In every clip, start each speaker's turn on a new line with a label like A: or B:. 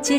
A: 接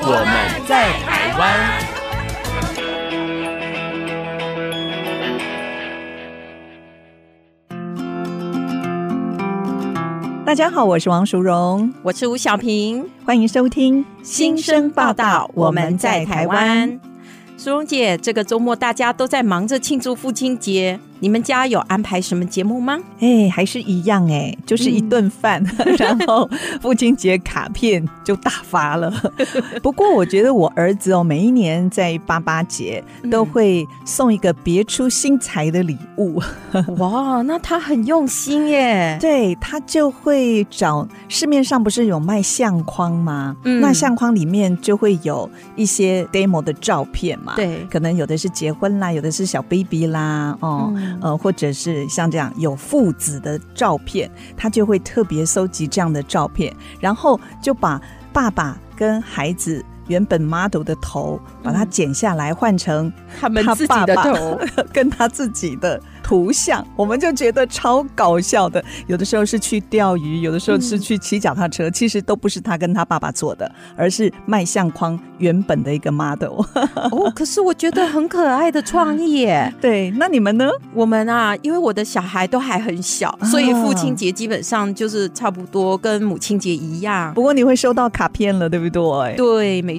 B: 我们在台湾。
A: 大家好，我是王淑荣，
C: 我是吴小平，
A: 欢迎收听《
C: 新生报道，我们在台湾。苏荣姐，这个周末大家都在忙着庆祝父亲节，你们家有安排什么节目 吗？
A: 哎、还是一样哎、就是一顿饭，
C: 嗯
A: 然后父亲节卡片就大 发了。不过我觉得我儿子哦，每一年在八八节都会送一个别出心裁的礼物，
C: 嗯哇，那他很用心耶。
A: 对他就会找市面上不是有卖相框吗？
C: 嗯
A: 那相框里面就会有一些 demo 的照片嘛，，
C: 对，
A: 可能有的是结婚啦，有的是小 baby 啦，哦，
C: 嗯
A: 呃，或者是像这样有父子的照片，他就会特别搜集这样的照片，然后就把爸爸跟孩子。原本 model 的头，把它剪下来换成
C: 嗯他们
A: 他
C: 自己
A: 爸
C: 的
A: 爸
C: 头，
A: 跟他自己的图像，我们就觉得超搞笑的。有的时候是去钓鱼，有的时候
C: 嗯
A: 是去骑脚踏车，其实都不是他跟他爸爸做的，而是卖相框原本的一个 model。
C: 哦，可是我觉得很可爱的创意 耶。
A: 对，那你们呢？
C: 我们啊，因为我的小孩都还很小，所以
A: 啊
C: 父亲节基本上就是差不多跟母亲节一样。
A: 不过你会收到卡片了，对不对？
C: 对，没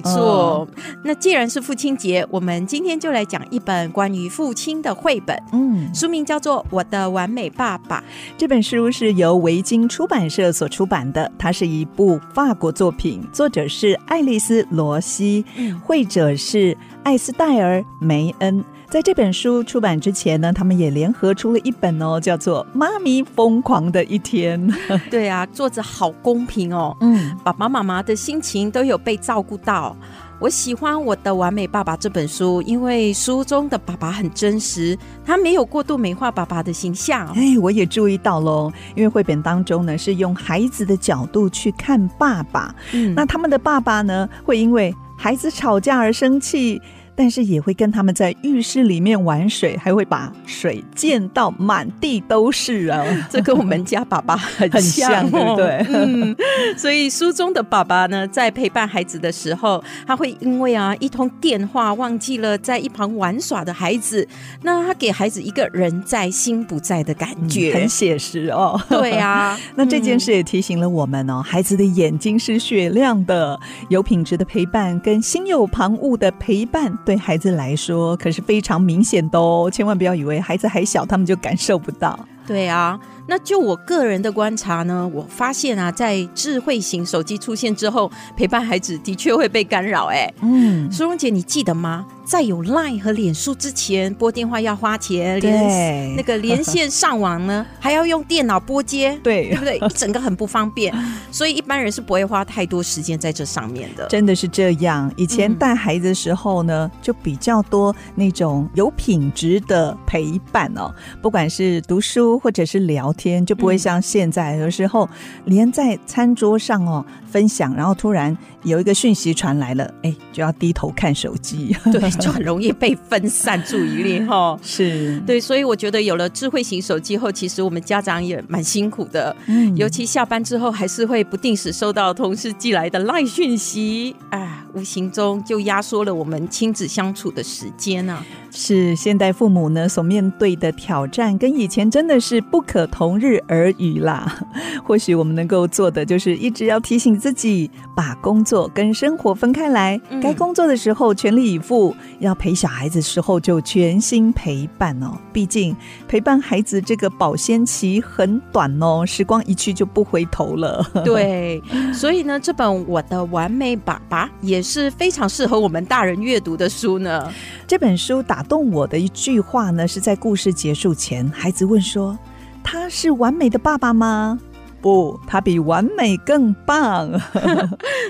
C: 错。嗯那既然是父亲节，我们今天就来讲一本关于父亲的绘本，
A: 嗯，
C: 书名叫做《我的完美爸爸》。
A: 这本书是由维京出版社所出版的，它是一部法国作品，作者是爱丽丝·罗西，
C: 嗯
A: 绘者是艾斯戴尔·梅恩。在这本书出版之前呢，他们也联合出了一本哦，叫做《妈咪疯狂的一天》。
C: 对啊，作者好公平哦，
A: 嗯，
C: 爸爸妈妈的心情都有被照顾到。我喜欢《我的完美爸爸》这本书，因为书中的爸爸很真实，他没有过度美化爸爸的形象。
A: 哎，我也注意到喽，因为绘本当中呢是用孩子的角度去看爸爸，
C: 嗯。
A: 那他们的爸爸呢，会因为孩子吵架而生气，但是也会跟他们在浴室里面玩水，还会把水溅到满地都是 啊
C: 这跟我们家爸爸很
A: 很
C: 像、
A: 像对不对
C: 嗯，所以书中的爸爸呢，在陪伴孩子的时候，他会因为啊一通电话忘记了在一旁玩耍的孩子，那他给孩子一个人在心不在的感觉。
A: 嗯很写实哦，，
C: 对啊
A: 那这件事也提醒了我们哦，孩子的眼睛是雪亮的，有品质的陪伴跟心有旁骛的陪伴，对孩子来说可是非常明显的哦。千万不要以为孩子还小，他们就感受不到。
C: 对啊，那就我个人的观察呢，我发现啊，在智慧型手机出现之后，陪伴孩子的确会被干扰、哎，
A: 嗯，
C: 苏荣姐，你记得吗？在有 Line 和脸书之前，拨电话要花钱，连
A: 对，
C: 那个连线上网呢，还要用电脑拨接。
A: 对
C: 对不对？ 一整个很不方便，所以一般人是不会花太多时间在这上面的。
A: 真的是这样。以前
C: 嗯
A: 带孩子的时候呢，就比较多那种有品质的陪伴哦，不管是读书或者是聊天，就不会
C: 嗯
A: 像现在有时候连在餐桌上哦分享，然后突然有一个讯息传来了，哎，就要低头看手机。
C: 对，就很容易被分散注意力哈。
A: 是，
C: 对，所以我觉得有了智慧型手机后，其实我们家长也蛮辛苦的，
A: 嗯
C: 尤其下班之后，还是会不定时收到同事寄来的赖讯息，哎，无形中就压缩了我们亲子相处的时间啊。
A: 是现代父母呢所面对的挑战，跟以前真的是不可同日而语啦。 或许我们能够做的就是一直要提醒自己，把工作跟生活分开来，
C: 嗯
A: 该工作的时候全力以赴，要陪小孩子时候就全心陪伴哦。毕竟陪伴孩子这个保鲜期很短哦，时光一去就不回头了。
C: 对，所以呢，这本《我的完美爸爸》也是非常适合我们大人阅读的书呢。
A: 这本书打动我的一句话呢，是在故事结束前，孩子问说：“他是完美的爸爸吗？”不，它比完美更 棒。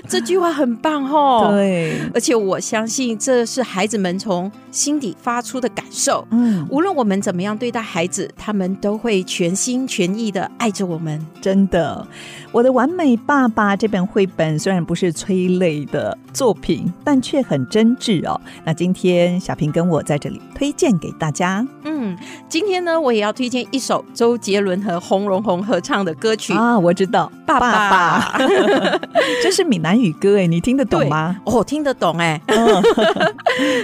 C: 这句话很棒哦。
A: 对，
C: 而且我相信这是孩子们从心底发出的感受。
A: 嗯，
C: 无论我们怎么样对待孩子，他们都会全心全意的爱着我们。
A: 真的，我的《完美爸爸》这本绘本虽然不是催泪的作品，但却很真挚哦。那今天小平跟我在这里推荐给大家
C: 嗯，今天呢，我也要推荐一首周杰伦和洪荣宏合唱的歌曲《
A: 啊，我知道，
C: 爸爸》
A: 这是闽南语歌哎，你听得懂吗？
C: 哦，听得懂哎。
A: 嗯，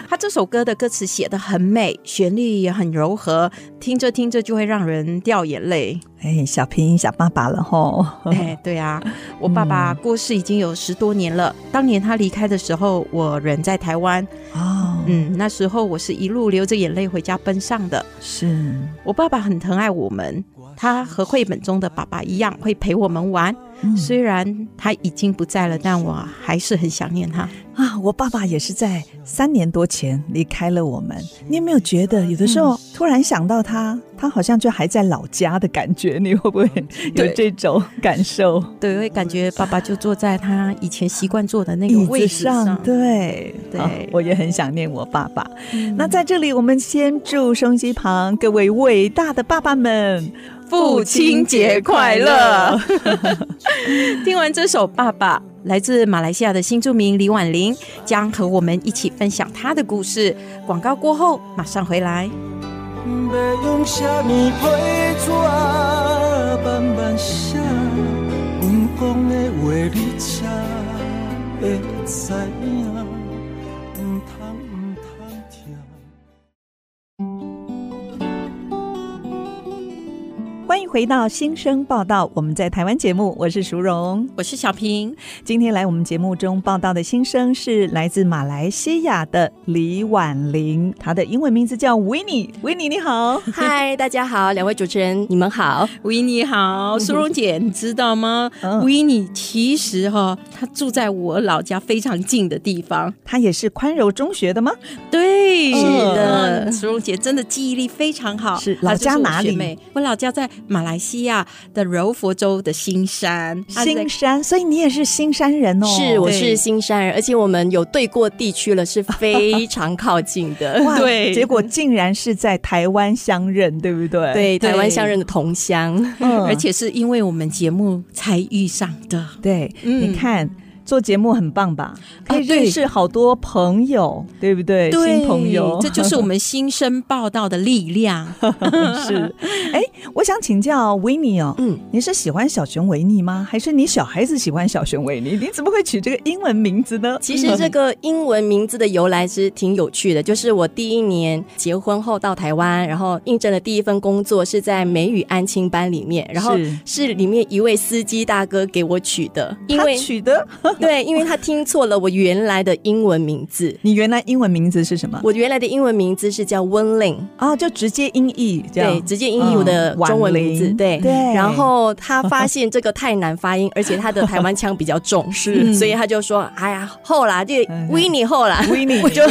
C: 他这首歌的歌词写得很美，旋律也很柔和，听着听着就会让人掉眼 泪。
A: 哎，小平想爸爸了吼。
C: 哎，对啊，我爸爸
A: 嗯
C: 过世已经有十多年了。当年他离开的时候，我人在台湾。
A: 哦，
C: 嗯，那时候我是一路流着眼泪回家奔丧的。
A: 是，
C: 我爸爸很疼爱我们，他和绘本中的爸爸一样会陪我们玩。
A: 嗯
C: 虽然他已经不在了，但我还是很想念他。
A: 啊，我爸爸也是在三年多前离开了我们。你有没有觉
C: 嗯
A: 得，有的时候突然想到他，他好像就还在老家的感觉？你会不会有
C: 嗯对
A: 这种感受？
C: 对，会感觉爸爸就坐在他以前习惯坐的那个
A: 椅
C: 位
A: 子
C: 置上。
A: 对
C: 对
A: 啊我也很想念我爸爸。
C: 嗯
A: 那在这里，我们先祝收音机旁各位伟大的爸爸们
C: 父亲节快乐！听完这首《爸爸》，来自马来西亚的新著名李婉玲将和我们一起分享她的故事。广告过后马上回来。
D: 要用什么批纸慢慢写？阮讲的话你才会知影，毋通毋通听。
A: 欢迎回到新生报道，我们在台湾节目，我是淑荣。
C: 我是小平，
A: 今天来我们节目中报道的新生是来自马来西亚的李婉玲，她的英文名字叫 Winnie。Winnie 你好，
E: 嗨，大家好，两位主持人，你们好。
C: 维尼好，苏荣姐，你知道吗？
A: 嗯
C: 维尼其实哈、她住在我老家非常近的地方。
A: 她也是宽柔中学的吗？
C: 对，
A: 是
E: 的
C: 嗯苏荣姐真的记忆力非常好。
A: 是
C: 她
A: 老家
C: 就是我
A: 哪
C: 学
A: 里
C: 妹我老家在马来西亚的柔佛州的新山，她在
A: 新山，所以你也是新山人哦。
E: 是，我
C: 对
E: 是新山人，而且我们有对过地区了，是非常靠近的。
A: 哇，
C: 对
A: 结果竟然是在台湾相认，对不对？，
E: 对，台
C: 对
E: 湾乡人的同乡，
A: 嗯
C: 而且是因为我们节目才遇上的。
A: 对，
C: 嗯啊
A: 你看。做节目很棒吧？可以
C: 对
A: 认识好多朋友，对不对？新朋 友，
C: 这就是我们新生报道的力量。
A: 是。哎，我想请教维尼哦，
E: 嗯，
A: 你是喜欢小熊维尼吗？还是你小孩子喜欢小熊维尼？你怎么会取这个英文名字呢？嗯
E: 其实这个英文名字的由来是挺有趣的，就是我第一年结婚后到台湾，然后应征的第一份工作是在美语安亲班里面，然后
A: 是
E: 是里面一位司机大哥给我取的，因
A: 他
E: 为
A: 取的，
E: 对，因为他听错了我原来的英文名字，
A: 你原来英文名字是什么？
E: 我原来的英文名字是叫温令。
A: 啊，就直接音译这样。
E: 对，直接英译我的
A: 嗯
E: 中文名字，
A: 婉玲
E: 对
A: 对
E: 然后他发现这个太难发音，而且他的台湾腔比较重，
A: 是
E: 所以他就说：“哎呀，后啦，就
A: 嗯，
E: w i n n 后啦
A: 维尼，
E: 我就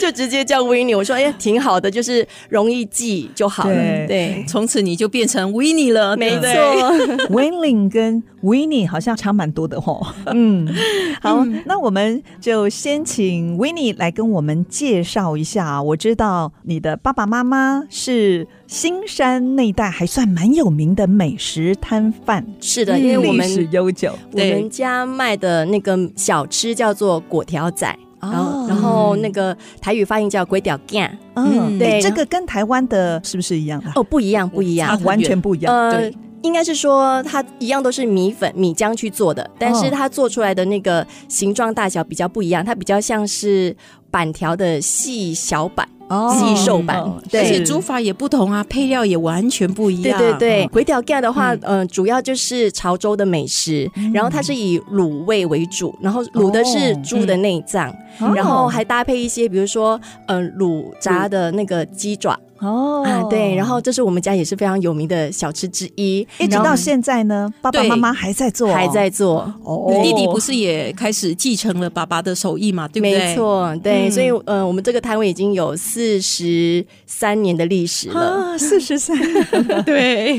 E: 就直接叫 w i n n 我说：“哎，挺好的，就是容易记就好了。
A: 对
E: 对，
C: 从此你就变成维尼 了，
E: 没
C: 对不对
E: 错。
A: w i n l i n 跟 Winnie 好像差蛮多的 哦。嗯， 好，那我们就先请 Winnie 来跟我们介绍一下啊。我知道你的爸爸妈妈是新山那一带还算蛮有名的美食摊贩，
E: 是的，因为我
A: 历史
E: 们
A: 悠久。
E: 我们家卖的那个小吃叫做粿条仔。然
A: 哦
E: 后，然后那个台语发音叫“鬼屌干
A: 嗯，
C: 嗯
A: 对，
E: 对
A: 这个跟台湾的是不是一样的”，？
E: 哦，不一样，不一样
A: 啊，，完全不一样。
E: 呃
C: 对，
E: 应该是说它一样都是米粉、米浆去做的，但是它做出来的那个形状大小比较不一样，它比较像是板条的细小版、细瘦版
A: 哦，
C: 而且
E: 呃对。
C: 煮法也不同啊，配料也完全不一
E: 对
C: 样。嗯
E: 对对，鬼屌盖的话，呃，主要就是潮州的美食，然后它是以卤味为主，然后卤的是
A: 哦
E: 猪的内脏，
A: 嗯
E: 然后还搭配一些，比如说，呃，卤炸的那个鸡爪，
A: 哦
E: 啊，对，然后这是我们家也是非常有名的小吃之一，
A: 一直
E: 然后
A: 到现在呢，爸爸
C: 对
A: 妈妈还在做哦，
E: 还在做。
A: 哦，
C: 你弟弟不是也开始继承了爸爸的手艺嘛？对不对？
E: 没错，对，
C: 嗯
E: 所以呃，我们这个摊位已经有四十三年的历史了。
A: 啊，四十三
C: 对。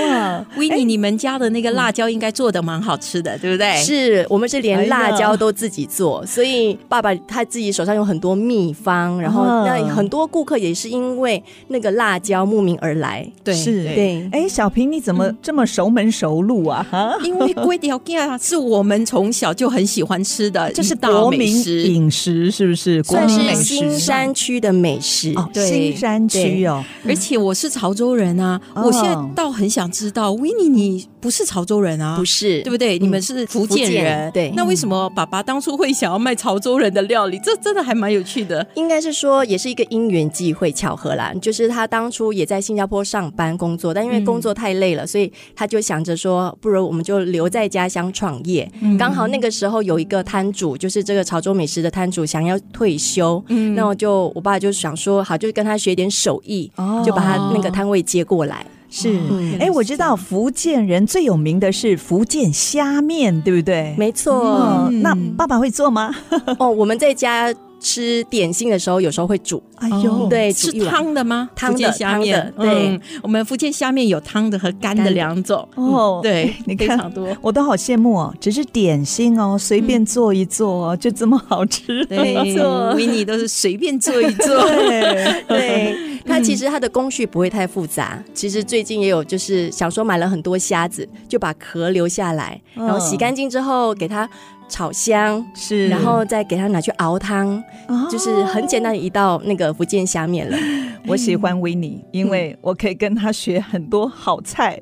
A: 哇，
C: 维
E: 哎
C: 尼，你们家的那个辣椒应该做的蛮好吃的，对不对？
E: 是我们是
A: 哎
E: 连
A: 呀
E: 辣椒都自己做，所以爸爸他自己手上有很多秘方，然后
C: 嗯
A: 啊
E: 那很多顾客也是因为那个辣椒慕名而来。
C: 对，
A: 是
E: 对
A: 哎，小平你怎么这么熟门熟路啊？哈，
C: 因为龟条羹啊是我们从小就很喜欢吃的，
A: 这是
C: 一道
A: 国
C: 美
A: 民
C: 食。
A: 饮食是不是？国
E: 算
A: 民
E: 是
A: 美
E: 新
A: 食
E: 山区的美食，
A: 哦，
C: 对
A: 新山区哦，
C: 而且我是潮州人啊，
A: 哦
C: 我现在倒很想知道，维尼你不是潮州人啊？
E: 不是嗯
C: 对不对？你们是福建
E: 福建
C: 人，
E: 人对
C: 那为什么爸爸当初会想要卖潮州人的料理？这真的还蛮有趣的。
E: 应该是说，也是一个因缘际会巧合啦。就是他当初也在新加坡上班工作，但因为工
C: 嗯
E: 作太累了，所以他就想着说，不如我们就留在家乡创业。
A: 嗯
E: 刚好那个时候有一个摊主，就是这个潮州美食的摊主想要退休，
C: 嗯
E: 那我就我爸就想说，好，就跟他学点手艺，
A: 哦
E: 就把他那个摊位接过来。
A: 是
E: 嗯
A: 哎，我知道福建人最有名的是福建虾面，对不对？
E: 没错
A: 哦，那爸爸会做吗？
E: 哦，我们在家吃点心的时候，有时候会煮。
A: 哎
C: 哦
A: 呦，
E: 对
C: 是
E: 煮一碗
C: 汤的吗？
E: 汤的
C: 福建虾面，
E: 汤的对
C: 嗯，我们福建虾面有汤的和干的
E: 干的
C: 两种。
A: 哦
C: 嗯对，
A: 你
C: 非
A: 看
C: 常多。
A: 我都好羡慕哦，只是点心哦，随便做一做哦，就这么好吃。
C: 对， 维尼都是随便做一做。
A: 对，
E: 对，
A: 嗯
E: 它其实它的工序不会太复杂。其实最近也有就是想说买了很多虾子，就把壳留下来，
A: 嗯
E: 然后洗干净之后给它炒香，
A: 是
E: 然后再给它拿去熬汤，
A: 嗯哦
E: 就是很简单的一道那个福建虾面了。
C: 嗯
A: 我喜欢维尼，因为我可以跟他学很多好菜，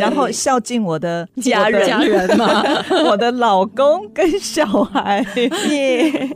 A: 然后孝敬我的
C: 家人家人嘛，
A: 我的老公跟小孩。耶，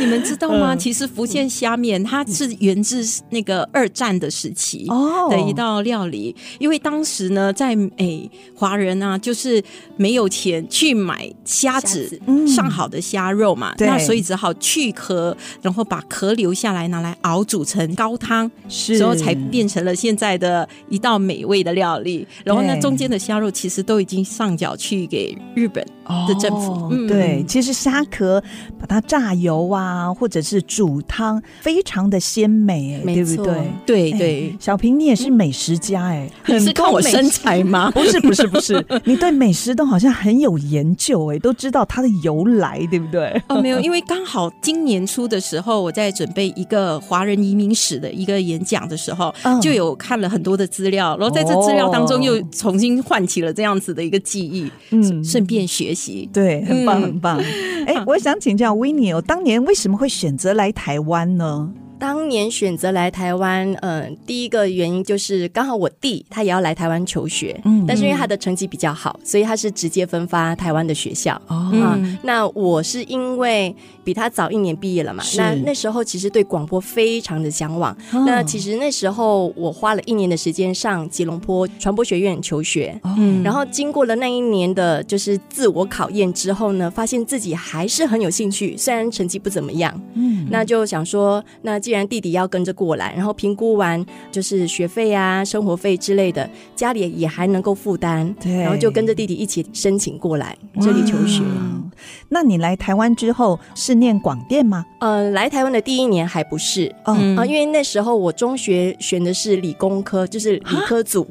C: 你们知道吗？
A: 嗯
C: 其实福建虾面它是源自那个二战的时期
A: 哦
C: 的一道料理，因为当时呢，在诶华人啊，就是没有钱去买虾
E: 虾
C: 子嗯
E: 子
C: 上好的虾肉嘛，
A: 对
C: 那所以只好去壳，然后把壳留下来拿来熬煮成高汤，
A: 是
C: 之后才变成了现在的一道美味的料理。然后呢，
A: 对
C: 中间的虾肉其实都已经上缴去给日本的政府。
A: 哦
C: 嗯
A: 对，其实虾壳把它炸油啊，或者是煮汤，非常的鲜美，哎，对
E: 没
A: 不
E: 错
A: 对？
C: 对
A: 哎
C: 对，
A: 小平，你也是美食家哎、很
C: 你是看我
A: 多美
C: 身材吗？
A: 不是不是不 是，你对美食都好像很有研究哎、都知道它的由来，对不对？
C: 哦，没有， 因为刚好今年初的时候，我在准备一个华人移民史的一个演讲的时候，
A: 嗯
C: 就有看了很多的资料，然后在这资料当中又重新唤起了这样子的一个记忆，
A: 嗯
C: 顺便学习。
A: 对，很棒
C: 嗯
A: 很棒。哎、我想请教维尼哦，当年为什么会选择来台湾呢？
E: 当年选择来台湾，嗯、第一个原因就是刚好我弟他也要来台湾求学，
A: 嗯
E: 但是因为他的成绩比较好，所以他是直接分发台湾的学校。
A: 哦
C: 嗯
E: 啊，那我是因为比他早一年毕业了嘛
A: 是，嗯
E: 那那时候其实对广播非常的向往。那其实那时候我花了一年的时间上吉隆坡传播学院求学，
A: 哦
C: 嗯
E: 然后经过了那一年的就是自我考验之后呢，发现自己还是很有兴趣，虽然成绩不怎么样，
A: 嗯
E: 那就想说，那既然弟弟要跟着过来，然后评估完就是学费啊、生活费之类的，家里也还能够负担，
A: 对
E: 然后就跟着弟弟一起申请过来这里求学。
A: 哇嗯那你来台湾之后是念广电 吗？
E: 呃，来台湾的第一年还不是。
A: 哦，
C: 嗯
E: 啊，因为那时候我中学选的是理工科，就是理
A: 啊
E: 科组，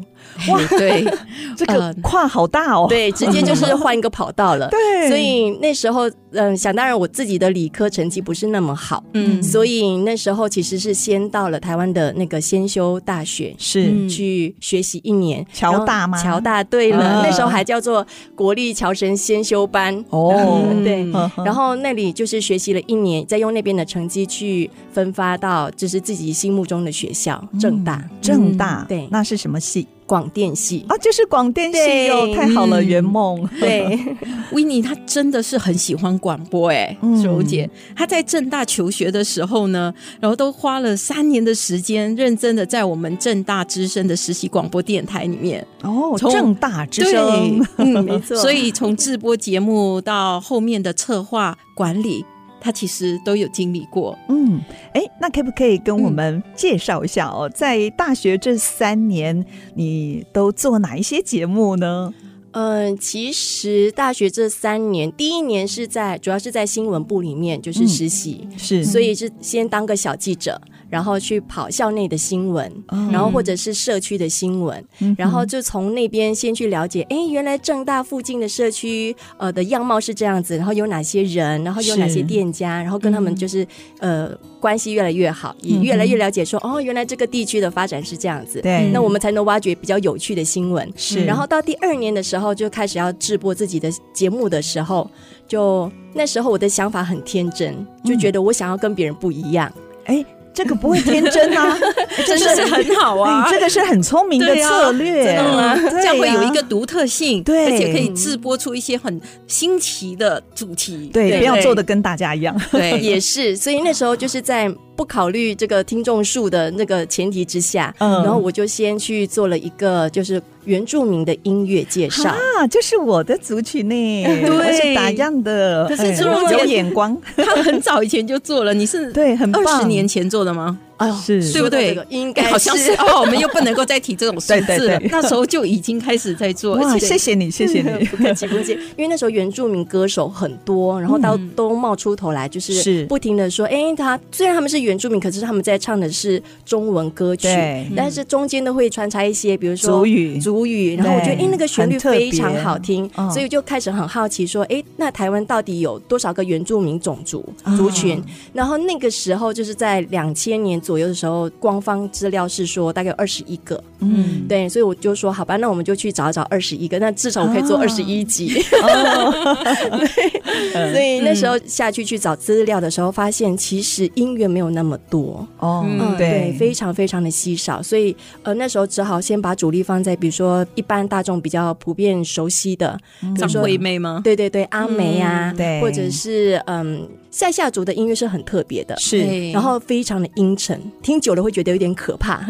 C: 哇，对，
A: 这个
C: 呃
A: 跨好大哦。
E: 对，直接就是换一个跑道 了。
A: 对
E: 所以那时候，嗯、想当然我自己的理科成绩不是那么好，
C: 嗯
E: 所以那时候其实是先到了台湾的那个先修大学，
A: 是、
C: 嗯
E: 去学习一年。
A: 侨大吗
E: 然后侨大，对了，
A: 啊
E: 那时候还叫做国立侨生先修班。
A: 哦，
E: 对。
C: 嗯
A: 呵呵
E: 然后那里就是学习了一年，再用那边的成绩去分发到就是自己心目中的学校，
A: 嗯
E: 正大
A: 正大、
E: 对
A: 那是什么系
E: 广 电系。
A: 啊？就是广电系哦，
E: 对
A: 太好了，
C: 嗯
A: 圆梦。
E: 对，
C: 维尼他真的是很喜欢广播哎、
A: 嗯
C: 柔姐，她在正大求学的时候呢，然后都花了三年的时间，认真的在我们正大之声的实习广播电台里面，
A: 哦，
C: 从
A: 正大之
C: 对
A: 声，
C: 嗯，
E: 没错
C: 所以从制播节目到后面的策划管理。他其实都有经历过。
A: 嗯，哎，那可不可以跟我们介绍一下哦？
C: 嗯
A: 在大学这三年，你都做哪一些节目呢？
E: 嗯，其实大学这三年，第一年是在主要是在新闻部里面
A: 嗯
E: 就是实习，
A: 是
E: 所以是先当个小记者，然后去跑校内的新闻，
A: 哦
E: 然后或者是社区的新闻，
A: 嗯哼
E: 然后就从那边先去了解，哎，原来正大附近的社区呃的样貌是这样子，然后有哪些人，然后有哪
A: 是嗯
E: 些店家，然后跟他们就是、呃关系越来越好，也越来越了解说，哦，原来这个地区的发展是这样子，
C: 嗯
E: 嗯
A: 对，
E: 那我们才能挖掘比较有趣的新闻。
A: 是
E: 然后到第二年的时候，就开始要制播自己的节目的时候，就那时候我的想法很天真，就
A: 嗯
E: 觉得我想要跟别人不一样。
A: 哎，这个不会天真 啊，哎这
C: 这是很好啊
A: 哎这个是很聪明的
C: 对啊
A: 策略，
C: 真的吗？
A: 对啊
C: 这样会有一个独特性，
A: 对
C: 而且可以制播出一些很新奇的主题。
A: 对，
E: 对
A: 不要做的跟大家一样，
C: 对，
E: 也是，所以那时候就是在不考虑这个听众数的那个前提之下，
A: 嗯
E: 然后我就先去做了一个就是原住民的音乐介绍。
A: 啊，就是我的族群 呢，
C: 对
A: 我是打样的，
C: 可是
A: 哎
C: 这种
A: 有
C: 也
A: 眼光，
C: 他很早以前就做了，你是
A: 对，很棒，
C: 二十年前做的吗？
E: 哎呦，
A: 是
E: 说到这个
C: 对
E: 应
C: 哎
E: 该，
C: 好像是哦，我们又不能够再提这种数
A: 对
C: 字
A: 对
C: 了
A: 对。
C: 那时候就已经开始在做，
A: 哇，
C: 而且
A: 谢谢你，谢谢 你
E: 不客气，不客气。因为那时候原住民歌手很多，然后到都冒出头来，就是是不停的说，哎、他虽然他们是原住民，可是他们在唱的是中文歌曲
A: 对，
E: 但是中间都会穿插一些，比如说
A: 主语
E: 族语。然后我觉得，哎、
A: 对
E: 那个旋律
A: 很特别
E: 非常好听，
A: 嗯
E: 所以就开始很好奇，说，哎、那台湾到底有多少个原住民种族
A: 嗯
E: 族群？然后那个时候就是在两千年左右的时候，官方资料是说大概二十一个。
A: 嗯，
E: 对，所以我就说好吧，那我们就去找一找二十一个，那至少我可以做
A: 啊哦
E: 二十 一集。对，所以那时候
A: 嗯
E: 下去去找资料的时候，发现其实音乐没有那么多，
A: 哦，
C: 嗯
A: 对，
E: 非常非常的稀少，所以呃那时候只好先把主力放在比如说一般大众比较普遍熟悉的，比如
C: 张
E: 说
C: 惠妹吗？
E: 对对对，阿梅啊，
A: 嗯对
E: 或者是嗯塞夏族的音乐是很特别的，
A: 是。
C: 对
E: 然后非常的阴沉，听久了会觉得有点可怕，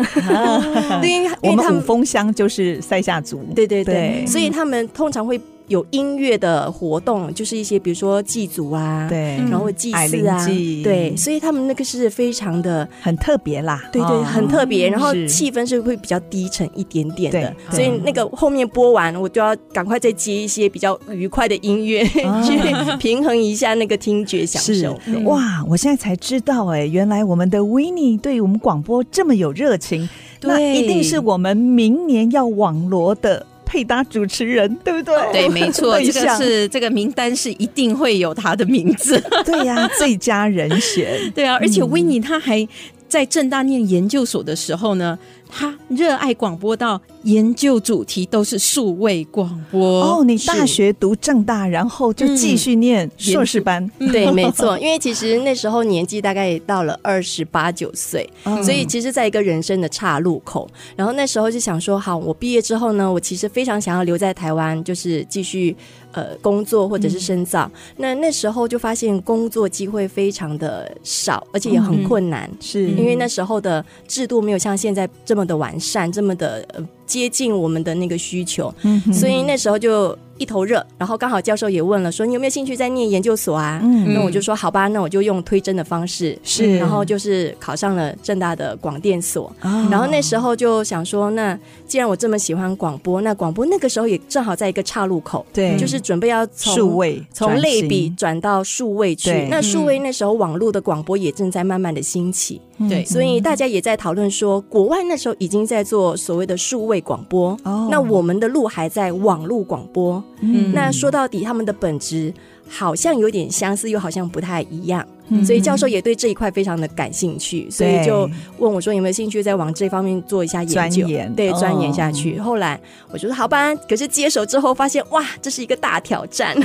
E: 对， 因为
A: 我
E: 因为
A: 们
E: 他
A: 五
E: 们
A: 峰乡就是塞夏族，
E: 对对对，
A: 对
E: 所以他们通常会有音乐的活动，就是一些比如说祭祖啊，，
A: 对，
E: 然后祭
A: 矮
E: 祀
A: 灵
E: 啊，
A: 祭
E: 对，所以他们那个是非常的，
A: 很特别啦，
E: 对对，
A: 哦
E: 很特别，然后
A: 是
E: 气氛是会比较低沉一点点的，
A: 对
E: 所以那个后面播完，我就要赶快再接一些比较愉快的音乐，
A: 啊
E: 去平衡一下那个听觉享
A: 是嗯
E: 受。对
A: 哇，我现在才知道哎、原来我们的 w i n n i e 对我们广播这么有热情，那
C: 对
A: 一定是我们明年要网罗的配搭主持人，对不
E: 哦
A: 对？
C: 对，没错，
A: 对
C: 这个
A: 象
C: 是这个名单是一定会有他的名字。。
A: 对呀、最佳人选
C: 对啊，而
A: 嗯
C: 且维尼他还在正大念研究所的时候呢，他热爱广播到研究主题都是数位广播
A: 哦，你大
C: 是
A: 学读正大，然后就继续念硕士班，
E: 对，没错，因为其实那时候年纪大概也到了二十八九岁，
A: 嗯
E: 所以其实在一个人生的岔路口。然后那时候就想说，好，我毕业之后呢，我其实非常想要留在台湾，就是继续呃工作或者是深造。
A: 嗯
E: 那那时候就发现工作机会非常的少，而且也很困难。
A: 是
E: 因为那时候的制度没有像现在这么的完善，这么的、呃、接近我们的那个需求，
A: 嗯哼
E: 所以那时候就一头热。然后刚好教授也问了，说你有没有兴趣再念研究所啊？
A: 嗯
E: 那我就说好吧，那我就用推甄的方式，
A: 是
E: 然后就是考上了正大的广电所。
A: 哦
E: 然后那时候就想说，那既然我这么喜欢广播，那广播那个时候也正好在一个岔路口，
A: 对
E: 就是准备要从
A: 数位
E: 从
A: 转
E: 类
A: 型
E: 比转到数位去
A: 对。嗯
E: 那数位那时候网络的广播也正在慢慢的兴起，
C: 对
A: 嗯
E: 所以大家也在讨论说，国外那时候已经在做所谓的数位广播，
A: 哦
E: 那我们的路还在网络广播。
A: 嗯
E: 那说到底，他们的本质好像有点相似，又好像不太一样。
A: 嗯
E: 所以教授也对这一块非常的感兴趣，所以就问我说有没有兴趣再往这方面做一下研究
A: 钻研，
E: 对，
A: 哦
E: 钻研下去。后来我就说好吧，可是接手之后发现哇，这是一个大 挑战。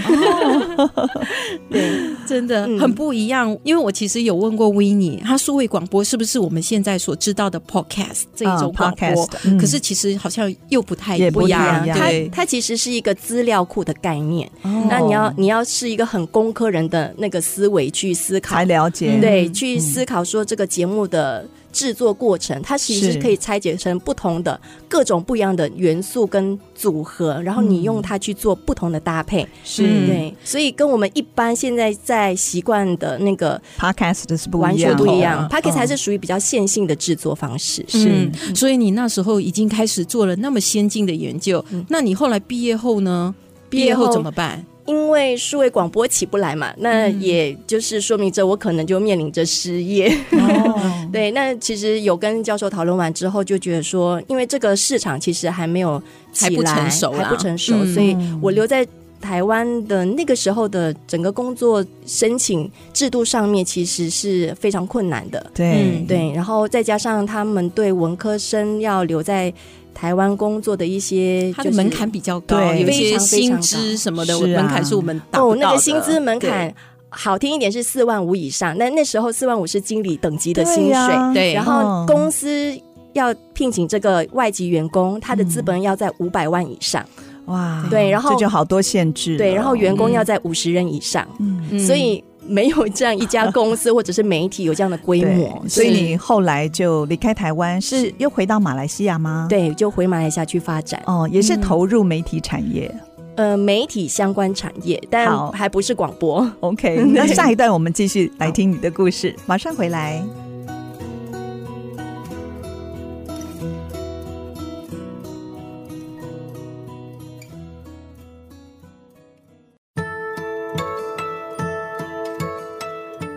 E: 对，
C: 真的
E: 嗯
C: 很不一样。因为我其实有问过维尼，他数位广播是不是我们现在所知道的 podcast 这一种广播
A: podcast，？嗯
C: 可是其实好像又不太
A: 也不
C: 一
A: 一样
E: 它
C: 对。
E: 它其实是一个资料库的概念，
A: 哦
E: 那你要你要是一个很工科人的那个思维去思考嗯
A: 才，了解，
E: 对，去思考说这个节目的制作过程，它其实
A: 是
E: 是可以拆解成不同的各种不一样的元素跟组合，然后你用它去做不同的搭
A: 嗯
E: 配。嗯
A: 是
E: 对，所以跟我们一般现在在习惯的那个
A: podcast 是不
E: 完
A: 一
E: 全
A: 样，
E: 不一样
A: 嗯
E: p a c k e t 还是属于比较线性的制作方式。
A: 是
C: 嗯，所以你那时候已经开始做了那么先进的研究，那你后来毕业后呢？毕
E: 毕
C: 业
E: 业后
C: 后怎么办？
E: 因为数位广播起不来嘛，那
A: 嗯
E: 也就是说明着我可能就面临着失业。
A: 哦，
E: 对，那其实有跟教授讨论完之后，就觉得说，因为这个市场其实还没有起
C: 还不
E: 来
C: 成熟啦
E: 还不成熟，
C: 嗯
E: 所以我留在台湾的那个时候的整个工作申请制度上面，其实是非常困难的。
A: 对
C: 嗯
E: 对，然后再加上他们对文科生要留在台湾工作的一些，
C: 它
E: 就
C: 的
E: 是哦
C: 门槛比较高，
A: 对
C: 有一些
E: 非常非常
C: 薪
E: 高
C: 资什么的
A: 是啊
C: 门槛是我们达不到，
E: 哦
C: 的。
E: 那个薪资门
C: 对
E: 槛好听一点是四万五以上，那那时候四万五是经理等级的薪
A: 对
E: 水，
A: 呀
C: 对
E: 然
A: 哦
E: 后公司。要聘请这个外籍员工，他的资本要在五百万以上，
A: 哇，
E: 对然后
A: 这就好多限制，
E: 对，然后员工
C: 嗯
E: 要在五十人以上，
A: 嗯。
C: 嗯
E: 所以没有这样一家公司或者是媒体有这样的规
A: 对
E: 模，，
A: 所以
E: 是
A: 你后来就离开台湾，是又回到马来西亚吗？，
E: 对嗯就回马来西亚去发展，
A: 哦，也是投入媒体产业。
E: 呃，媒体相关产业，但
A: 好
E: 还不是广播。
A: OK，那下一段我们继续来听你的故事，马上回来。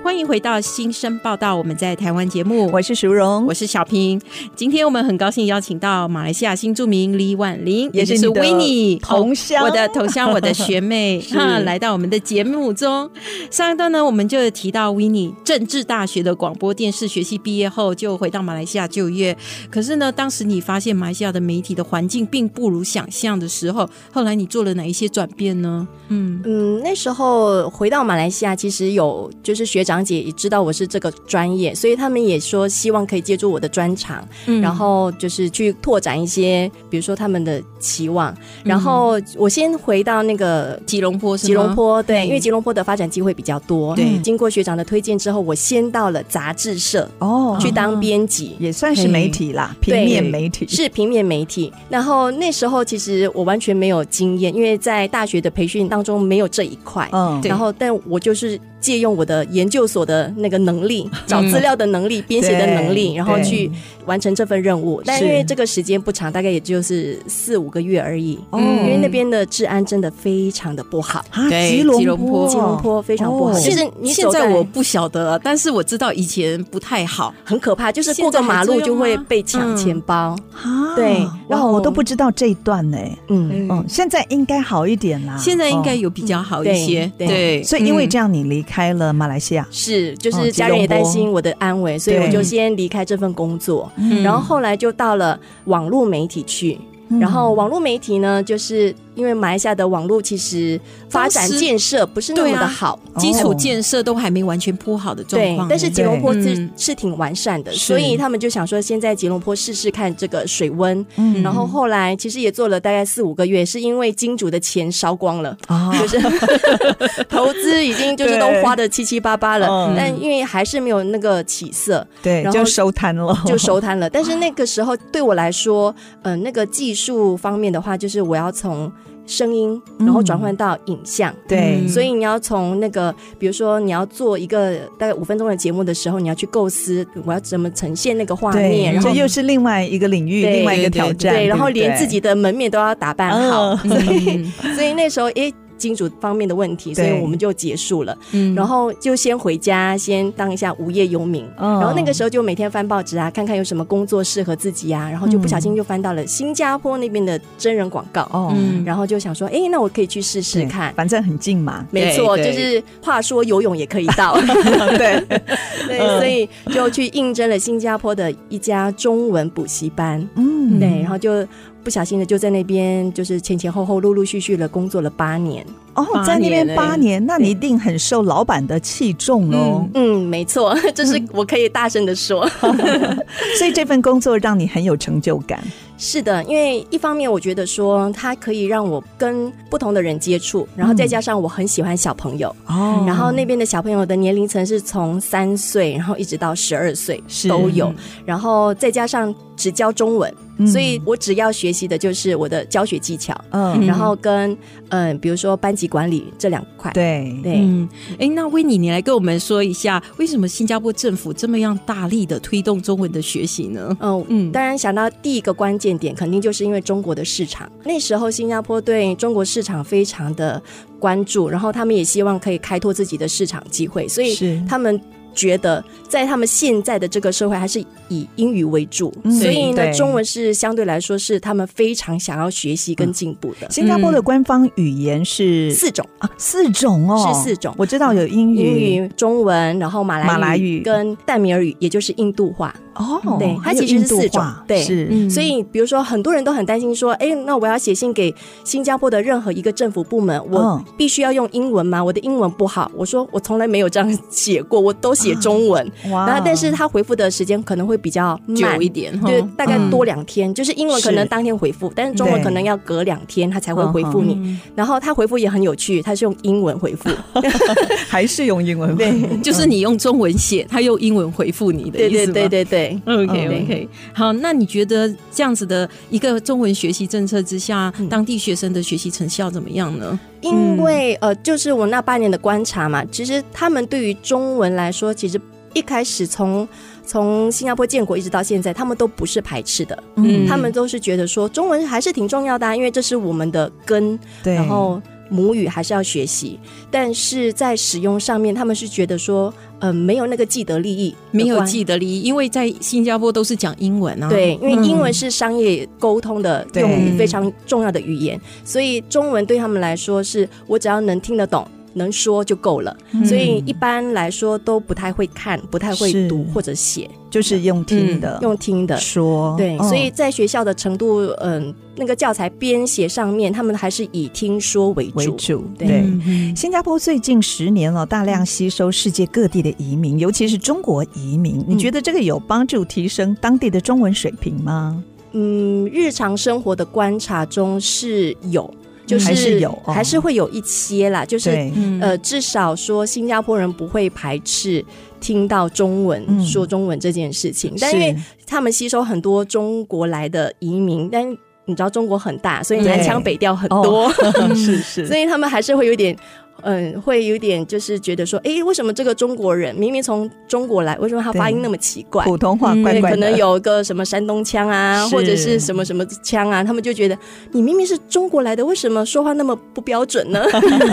C: 欢迎回到新生报道，我们在台湾节目，
A: 我是淑荣
C: 我，是小平。今天我们很高兴邀请到马来西亚新著名李婉玲，
A: 也是
C: 是
A: 你的
C: 维尼
A: 同乡
C: 我的同乡，我的学妹哈，来到我们的节目中。上一段呢，我们就提到维尼政治大学的广播电视学系毕业后，就回到马来西亚就业。可是呢，当时你发现马来西亚的媒体的环境并不如想象的时候，后来你做了哪一些转变呢？嗯，
E: 嗯，那时候回到马来西亚，其实有就是学长姐也知道我是这个专业，所以他们也说希望可以借助我的专长，
C: 嗯
A: 嗯
E: 然后就是去拓展一些，比如说他们的期望。
A: 嗯
E: 然后我先回到那个
C: 吉隆坡是吗，
E: 吉隆坡，对，
C: 嗯
E: 因为吉隆坡的发展机会比较多。
A: 对
E: 经过学长的推荐之后，我先到了杂志社
A: 哦，
E: 去当编辑。
A: 也算是媒体啦，平
E: 对
A: 面媒体
E: 是平面媒体，然后那时候其实我完全没有经验，因为在大学的培训当中没有这一块。
A: 嗯
C: 对
E: 然后，但我就是借用我的研究所的那个能力，
C: 嗯
E: 找资料的能力、编写的能力，然后
A: 对
E: 去完成这份任务。但
A: 是
E: 因为这个时间不长，大概也就是四五个月而已。
A: 哦
E: 因为那边的治安真的非常的不好，
A: 啊，
C: 对
A: 吉隆
C: 吉隆坡
A: 坡，
E: 吉隆坡非常不好，
A: 哦
E: 就
C: 现
E: 是你
C: 现
E: 走
C: 在我不晓得，但是我知道以前不太好。
E: 很可怕，就是
C: 现
E: 过
C: 在
E: 个
C: 还
E: 马
C: 这
E: 路
C: 样
E: 就会
C: 吗
E: 被抢
C: 嗯
E: 钱包。
A: 啊，
E: 对
A: 哇，
E: 然后
A: 我都不知道这一段呢。
E: 哦嗯，
A: 嗯，现在应该好一点啦，
C: 哦现在应该
A: 哦。
C: 有比较好一些，嗯
E: 对对
A: 所以因为这
C: 样，
A: 样，你离开了马来西亚，
E: 是，就
A: 哦
E: 是
A: 吉
E: 家人也
A: 隆
E: 担
A: 坡
E: 心我的安危，所以
A: 对
E: 我就先离开这份工作，
C: 嗯
E: 然后后来就到了网络媒体去。
A: 嗯
E: 然后网络媒体呢，就是因为马来西亚的网络其实发展
C: 当时
E: 建设不是那
C: 对
E: 么
C: 啊
E: 的好，
C: 基础建设都还没完全铺好的状
E: 对
C: 况，，
E: 但是吉隆坡是
C: 嗯
E: 是挺完善的，
A: 是
E: 所以他们就想说先在吉隆坡试试看这个水温。
A: 嗯
E: 然后后来其实也做了大概四五个月，是因为金主的钱烧光了。
A: 啊，
E: 就是 投资已经就是都花的七七八八了
A: 嗯，
E: 但因为还是没有那个起色，
A: 对，
E: 然后
A: 就收摊了，
E: 就收摊了。但是那个时候对我来说，嗯、那个技术方面的话，就是我要从声音，然后转换到影像。
A: 对
C: 嗯
E: 所以你要从那个，比如说你要做一个大概五分钟的节目的时候，你要去构思我要怎么呈现那个画面，
A: 对，
E: 然后
A: 这又是另外一个领域，
E: 对
A: 另外一个挑
C: 这
A: 战，
E: 对，然后
A: 不
E: 连自己的门面都要打扮好，
A: 嗯
E: 所以
C: 嗯
E: 所以那时候诶。金主方面的问题，所以
A: 对
E: 我们就结束了。
C: 嗯
E: 然后就先回家，先当一下无业游民。
A: 嗯
E: 然后那个时候就每天翻报纸啊，看看有什么工作适合自己啊。然后就不小心就翻到了新加坡那边的真人广告，
A: 哦，
C: 嗯
E: 然后就想说，哎，那我可以去试试
A: 对
E: 看。，
A: 反正很近嘛
E: 没错，
C: 对
E: 就
C: 对
E: 是话说游泳也可以 到，
A: 对，
E: 对，
A: 嗯
E: 所以就去应征了新加坡的一家中文补习班，
A: 嗯，
E: 对，然后就不小心的就在那边，就是前前后后陆陆续续的工作了八年。
A: 哦，
C: 八
A: 在那边
C: 年
A: 八
C: 欸
A: 年，那你一定很受老板的器重哦。
E: 嗯，没错，
A: 嗯
E: 这是我可以大声的说，
A: 所以这份工作让你很有成就感，
E: 是的，因为一方面我觉得说它可以让我跟不同的人接触，然后再加上我很喜欢小朋友，
A: 嗯哦
E: 嗯然后那边的小朋友的年龄层是从三岁，然后一直到十二岁
A: 是
E: 都有，
C: 嗯
E: 然后再加上只教中文，
A: 嗯
E: 所以我只要学习的就是我的教学技巧，
A: 嗯，
E: 然后跟嗯、呃比如说班级管理这两块，
A: 对，
E: 对。
C: 嗯，哎，那威尼，你来跟我们说一下，为什么新加坡政府这么样大力的推动中文的学习呢？
E: 嗯
C: 嗯
E: 嗯，当然想到第一个关键点，肯定就是因为中国的市场。那时候新加坡对中国市场非常的关注，然后他们也希望可以开拓自己的市场机会，所以
A: 是
E: 他们觉得在他们现在的这个社会还是以英语为主，
A: 嗯
E: 所以呢
A: 对，
E: 中文是相对来说是他们非常想要学习跟进步的。
A: 新加坡的官方语言是
E: 嗯四种
A: 啊四种哦，
E: 是四种
A: 我知道有英
E: 英
A: 语
E: 语、中文，然后马来
A: 马来语
E: 跟淡米尔语，也就是印度话。
A: 哦，
E: 对它
A: 还有
E: 其实是
A: 印度
E: 四种
A: 话
E: 对
A: 是
C: 嗯
E: 所以，比如说，很多人都很担心说，哎，那我要写信给新加坡的任何一个政府部门，我
A: 嗯
E: 必须要用英文吗？我的英文不好。我说我从来没有这样写过，我都写中文。
A: 哇
E: 然后，但是他回复的时间可能会比较慢
C: 久一。点，哈
E: 对，大概多两天，就是英文可能
A: 是
E: 当天回复，但是中文
A: 对
E: 可能要隔两天他才会回复你。
C: 嗯
E: 然后他回复也很有趣，他是用英文回复，
A: 还是用英文对
C: 就是你用中文写，他用英文回复你的
E: 对
C: 意思
E: 对
C: 吗
E: 对对对。
C: OK
A: 嗯
C: OK，、好，那你觉得这样子的一个中文学习政策之下，当地学生的学习成效怎么样呢？
E: 因为、呃，就是我那八年的观察嘛，其实他们对于中文来说，其实一开始从从新加坡建国一直到现在，他们都不是排斥的，
A: 嗯
E: 他们都是觉得说中文还是挺重要的、啊，因为这是我们的根，
A: 对，
E: 然后母语还是要学习。但是在使用上面，他们是觉得说，呃，没有那个既得利益的
C: 没有
E: 关
C: 记得离，因为在新加坡都是讲英文啊。
E: 对，因为英文
C: 嗯
E: 是商业沟通的用
A: 对
E: 语非常重要的语言，所以中文对他们来说是我只要能听得懂。能说就够了，
A: 嗯
E: 所以一般来说都不太会看，不太会
A: 是
E: 读或者写，
A: 就是用听的
E: 嗯用听的。
A: 说
E: 对，
A: 嗯
E: 所以在学校的程度，嗯，那个教材编写上面，他们还是以听说为主。
A: 为主
E: 对
A: 对。
C: 嗯
A: 新加坡最近十年了，大量吸收世界各地的移民，尤其是中国移
E: 嗯
A: 民。你觉得这个有帮助提升当地的中文水平吗？
E: 嗯，日常生活的观察中是有，就
A: 嗯
E: 是
A: 还是有哦
E: 还是会有一些啦，就是
A: 对，
C: 嗯
E: 呃，至少说新加坡人不会排斥听到中文、
A: 嗯
E: 说中文这件事情，但
A: 是
E: 因为 他们吸收很多中国来的移民，但你知道中国很大，所以南腔北调很多，
A: 哦是是
E: 所以他们还是会有点。嗯，会有点就是觉得说，诶，为什么这个中国人明明从中国来，为什么他发音那么奇怪？
A: 普通话怪
E: 嗯对，
A: 怪的，
E: 可能有个什么山东腔啊，
A: 是
E: 或者是什么什么腔啊，他们就觉得你明明是中国来的，为什么说话那么不标准呢？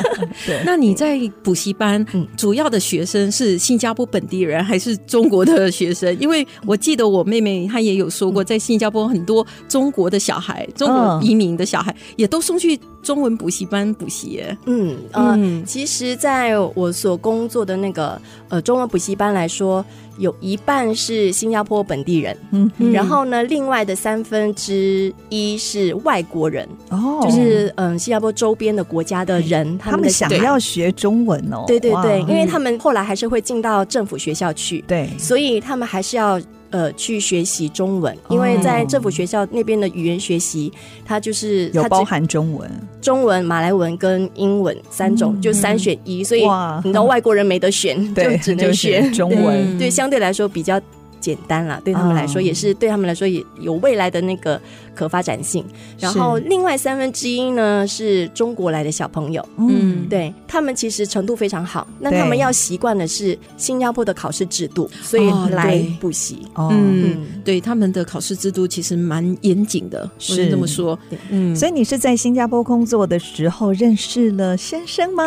A: 对
C: 那你在补习班、
E: 嗯
C: 主要的学生是新加坡本地人还是中国的学生？因为我记得我妹妹她也有说过，在新加坡很多中国的小孩、中国移民的小孩、也都送去中文补习班补习耶。
E: 嗯呃，
C: 嗯
E: 其实在我所工作的那个呃中文补习班来说，有一半是新加坡本地人，
A: 嗯
C: 嗯
E: 然后呢，另外的三分之一是外国人，
A: 哦，
E: 就是嗯、新加坡周边的国家的人，
A: 他
E: 们
A: 们
E: 的
A: 想
E: 小孩
A: 要学中文哦，
E: 对对
A: 哇
E: 对，因为他们后来还是会进到政府学校去，
A: 对
E: 所以他们还是要呃去学习中文，因为
A: 哦
E: 在政府学校那边的语言学习，它就是
A: 有
E: 它只
A: 包含中文，
E: 中文、马来文跟英文三种，就三选一，所以
A: 嗯哇
E: 你知道外国人没 得选，
A: 对，
E: 只
A: 就
E: 能
A: 是
E: 选
A: 中
E: 对
A: 文，
C: 嗯
E: 对相对来说比较简单啦，对他们来说
A: 嗯
E: 也是，对他们来说也有未来的那个可发展性。然后
A: 是
E: 另外三分之一呢是中国来的小朋友，
A: 嗯，
E: 对他们其实程度非常好，那
A: 对
E: 他们要习惯的是新加坡的考试制度，所以
C: 哦
E: 来
C: 对
E: 补习。
A: 哦。
C: 嗯，
E: 嗯，
C: 对，他们的考试制度其实蛮严谨的，我
A: 是
C: 是这么说。嗯，
A: 所以你是在新加坡工作的时候认识了先生吗？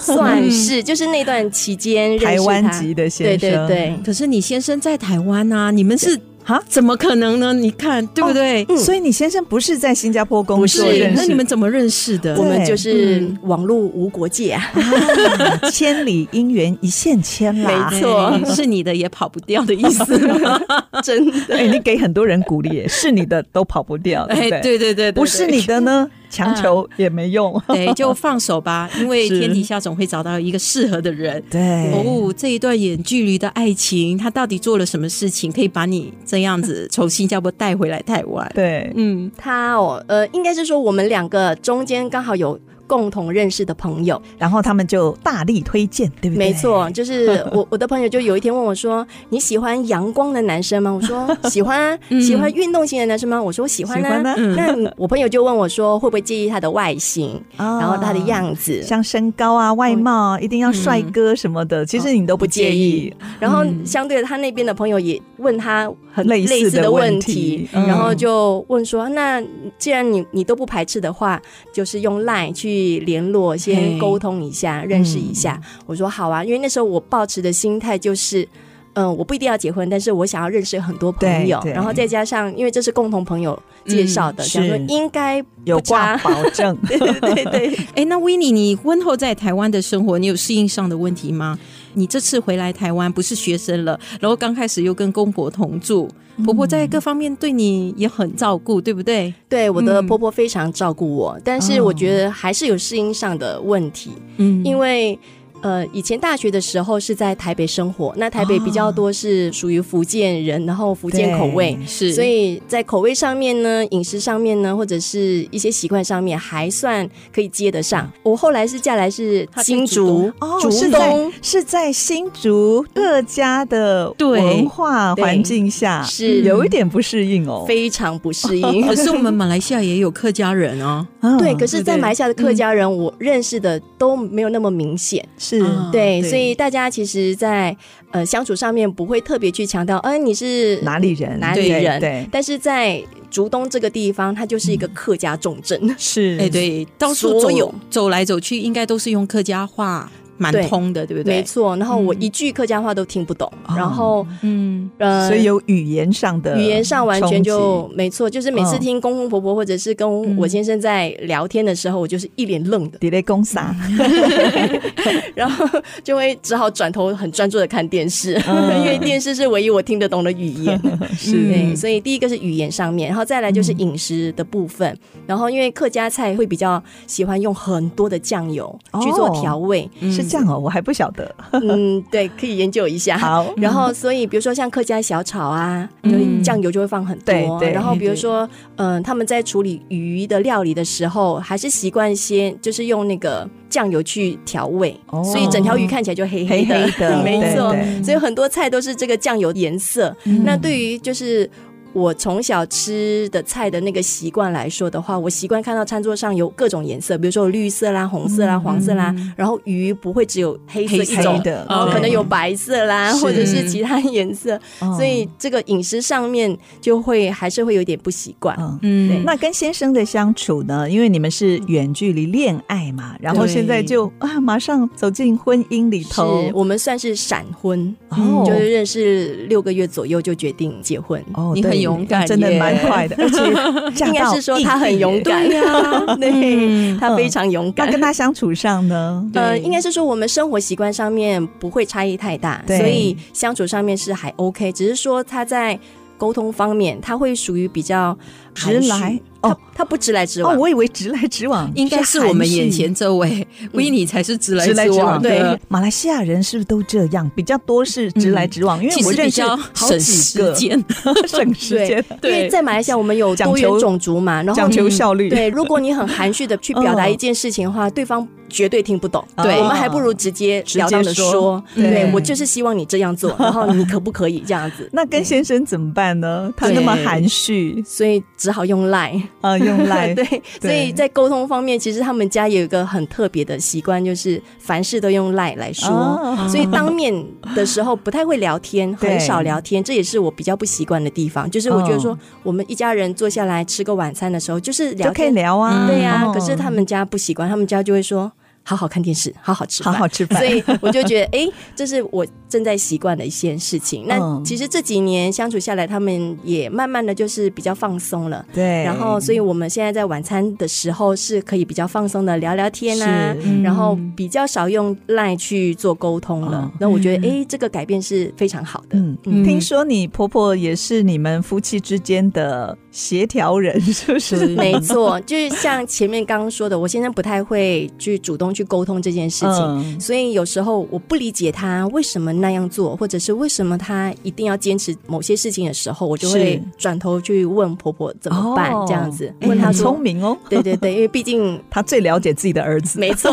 E: 算是就是那段期间认识
A: 嗯台湾
E: 他
A: 籍的先
E: 对对
A: 生，
E: 对。
C: 可是你先生在台湾啊，你们是
A: 哈
C: 怎么可能呢？你看对不对？
E: 嗯
A: 所以你先生不是在新加坡工
E: 不
A: 作
E: 是
C: 哦
A: 认识，
C: 那 你们怎么认识的？
E: 我们
A: 对
E: 就是
C: 嗯
E: 网络无国界啊，
A: 啊千里姻缘一线牵啦，
E: 没错
C: 哎是你的也跑不掉的意思吗？
E: 真的。
A: 哎哎，你给很多人鼓励耶，是你的都跑不掉，对不
C: 哎，
A: 对？
C: 对对对，对
A: 不是你的呢，
E: 啊
A: 强求也没用。
C: 对，就放手吧，因为
A: 是
C: 天底下总会找到一个适合的人。
A: 对
C: 哦，这一段远距离的爱情，他到底做了什么事情，可以把你这样子从新加坡带回来台湾？
A: 对，
C: 嗯，
E: 他哦，呃，应该是说我们两个中间刚好有共同认识的朋友，
A: 然后他们就大力推荐，对不对？
E: 没 错，，就是我我的朋友就有一天问我说：“你喜欢阳光的男生吗？”我说：“喜欢 啊。”喜欢运动型的男生吗？我说喜欢
A: 嗯喜欢
E: 啊
A: 啊。
C: 嗯
E: 那我朋友就问我说：“会不会介意他的外形，然
A: 然
E: 后他的样子？”
A: 啊
E: 嗯
A: 像身高啊、外貌，一定要帅哥什么的，其实你都不介意。
E: 然后
A: 嗯
E: 相对的，他那边的朋友也问他很
A: 类似的
E: 似的
A: 问
E: 问
A: 题
E: 题，
A: 嗯
E: 然后就问说：“那既然你你都不排斥的话，就是用 LINE 去联络，先
C: 嘿
E: 沟通一下，认识一下。
A: 嗯
E: 我说：“好啊，因为那时候我抱持的心态就是。”嗯，我不一定要结婚，但是我想要认识很多朋友
A: 对，对
E: 然后再加上，因为这是共同朋友介绍的，
A: 嗯
E: 想说
A: 是
E: 应 该
A: 有
E: 不
A: 挂
E: 差
A: 保 证，
E: 对对对对，
C: 哎，那维尼，你婚后在台湾的生活，你有适应上的问题吗？你这次回来台湾不是学生了，然后刚开始又跟公婆同住，婆婆在嗯各方面对你也很照顾，对不对？
E: 对，我的
C: 嗯
E: 婆婆非常照顾我，但是我觉
A: 嗯
E: 得还是有适应上的问题。
C: 嗯
E: 因为呃，以前大学的时候是在台北生活，那台北比
C: 哦
E: 较多是属于福建人，然后福建口味，
C: 是，
E: 所以在口味上面呢，饮食上面呢，或者是一些习惯上面，还算可以接得上。
C: 嗯
E: 我后来是嫁来是
C: 她在
E: 新
C: 竹
E: 竹，
A: 哦，
E: 竹
A: 是在
E: 东。
A: 是在新竹各家的
C: 对
A: 文化
E: 对
A: 环境下，嗯
E: 是
A: 有一点不适应哦。
E: 非常不适应
C: 可，哦呃是我们马来西亚也有客家人啊，
A: 嗯
E: 对。可是，
C: 对
E: 在
C: 对嗯
E: 马来西亚的客家人，我认识的都没有那么明显。
A: 是
C: 啊
E: 对，
C: 对
E: 所以大家其实在，呃相处上面不会特别去强调，嗯、你是
A: 哪里人？
E: 哪里
A: 对
E: 人
A: 对，
E: 但是在竹东这个地方，它就是一个客家重镇。
A: 是
C: 哎，对，到处
E: 所
C: 走
E: 有
C: 走来走去，应该都是用客家话蛮
E: 对
C: 通的，对不对？
E: 没错，然后我
C: 嗯
E: 一句客家话都听不懂，
A: 哦
E: 然后
C: 嗯，
E: 呃，
A: 所以有语言上的
E: 语言上完全
A: 冲
E: 就
A: 击
E: 没错，就是每次
A: 嗯
E: 听公公婆婆或者是跟我
C: 嗯
E: 先生在聊天的时候，我就是一脸愣的，
A: delay 公啊撒，
E: 嗯然后就会只好转头很专注的看电视，
A: 嗯
E: 因为电视是唯一我听得懂的语 言。对，
C: 嗯
E: 所以第一个是语言上面，然后再来
A: 嗯
E: 就是饮食的部分。然后因为客家菜会比较喜欢用很多的酱油
A: 哦
E: 去做调味，
A: 是这样哦，我还不晓得。
E: 嗯，对，可以研究一下。
A: 好，
E: 然后，所以比如说像客家小炒啊，
C: 嗯
E: 就是酱油就会放很多。
A: 对对
E: 然后比如
C: 对
E: 说，嗯、他们在处理鱼的料理的时候，还是习惯先就是用那个酱油去调味，
A: 哦
E: 所以整条鱼看起来就黑
A: 黑
E: 的。
A: 黑 的，
E: 没
A: 对
E: 错
A: 对
E: 所以很多菜都是这个酱油颜色。
A: 嗯
E: 那对于就是我从小吃的菜的那个习惯来说的话，我习惯看到餐桌上有各种颜色，比如说有绿色啦、红色啦、
A: 嗯
E: 黄色啦，然后鱼不会只有黑色一种
A: 黑。的，
E: 然后
A: 对
E: 可能有白色啦，
A: 嗯是
E: 或者是其他颜色，
A: 哦
E: 所以这个饮食上面就会还是会有点不习惯。
A: 嗯。
C: 嗯，
A: 那跟先生的相处呢？因为你们是远距离恋爱嘛，然后
C: 对
A: 现在就啊，马上走进婚姻里
E: 是
A: 头，
E: 我们算是闪婚，嗯
A: 哦
E: 就是认识六个月左右就决定结婚。
A: 哦
C: 你
A: 对
C: 很勇敢
A: 真的
C: 耶
A: 蛮快的，而且嫁
E: 应该
A: 到
E: 是说
A: 异
E: 他
A: 地
E: 很
A: 耶
E: 勇敢， 对，他非常勇
A: 嗯那
E: 敢。
A: 跟他相处上 呢？哦
E: 呃，
C: 对
E: 应该是说我们生活习惯上面不会差异太大，
A: 对
E: 所以相处上面是还 OK，只是说他在沟通方面，他会属于比较
A: 直
E: 含蓄
A: 来
E: 他
A: 哦
E: 他不直来直
A: 哦
E: 往，，
A: 我以为直来直往，
C: 应该是我们眼前这位维尼才是直来
A: 直来直往
C: 往的
E: 对。
A: 马来西亚人是不是都这样？比较多是直来直往，
C: 嗯
A: 因
C: 其
A: 为我
C: 实比
A: 认识
C: 较
A: 好
C: 省
A: 几
C: 时
A: 个
C: 间，
A: 省时
E: 对
A: 间，
E: 因为在马来西亚我们有
A: 讲
E: 多元
A: 求
E: 种族嘛，然后
A: 讲求
E: 嗯
A: 效率。
E: 对，如果你很含蓄的去表达
A: 嗯
E: 一件事情的话，对方绝对听不懂。
A: 对
E: 我们还不如直截了当的
A: 直接说
E: 说，
A: 对
E: 对我就是希望你这样做，然后你可不可以这样子？
A: 那跟先生怎么办
E: 嗯
A: 呢？他那么含蓄
E: 所以只好用 Line。
A: 啊， 用来
E: 对，所以在沟通方面，其实他们家有一个很特别的习惯，就是凡事都用 Line 来说。哦
A: 啊
E: 所以当面的时候不太会 聊天，
A: 对
E: 很少聊天，这也是我比较不习惯的地方。就是我觉得说
A: 嗯，
E: 我们一家人坐下来吃个晚餐的时候，就是聊
A: 就可以
E: 天嗯
A: 聊啊，
E: 对呀、
A: 哦
E: 可是他们家不习惯，他们家就会说。好好看电视，好好吃
A: 好
E: 饭，
A: 好吃饭
E: 所。以我就觉得，哎、这是我正在习惯的一件事情。那
A: 嗯
E: 其实这几年相处下来，他们也慢慢的就是比较放松了。
A: 对，
E: 然后，
A: 哎
E: 所以我们现在在晚餐的时候是可以比较放松的聊聊天啊，
A: 是
E: 然后比较少用 line 去做沟通了
A: 嗯。
E: 那、我觉得，哎、这个改变是非常好的。
A: 嗯， 听说你婆婆也是你们夫妻之间的协调人， 是不是？
E: 没错，就是像前面刚刚说的，我先生不太会去主动去沟通这件事情，
A: 嗯
E: 所以有时候我不理解他为什么那样做，或者是为什么他一定要坚持某些事情的时候，我就会
A: 是
E: 转头去问婆婆怎么办，
A: 哦
E: 这样子
A: 哎
E: 问他
A: 很
E: 说
A: 聪明哦，
E: 对对对，因为毕竟
A: 她最了解自己的儿 子。
E: 没错，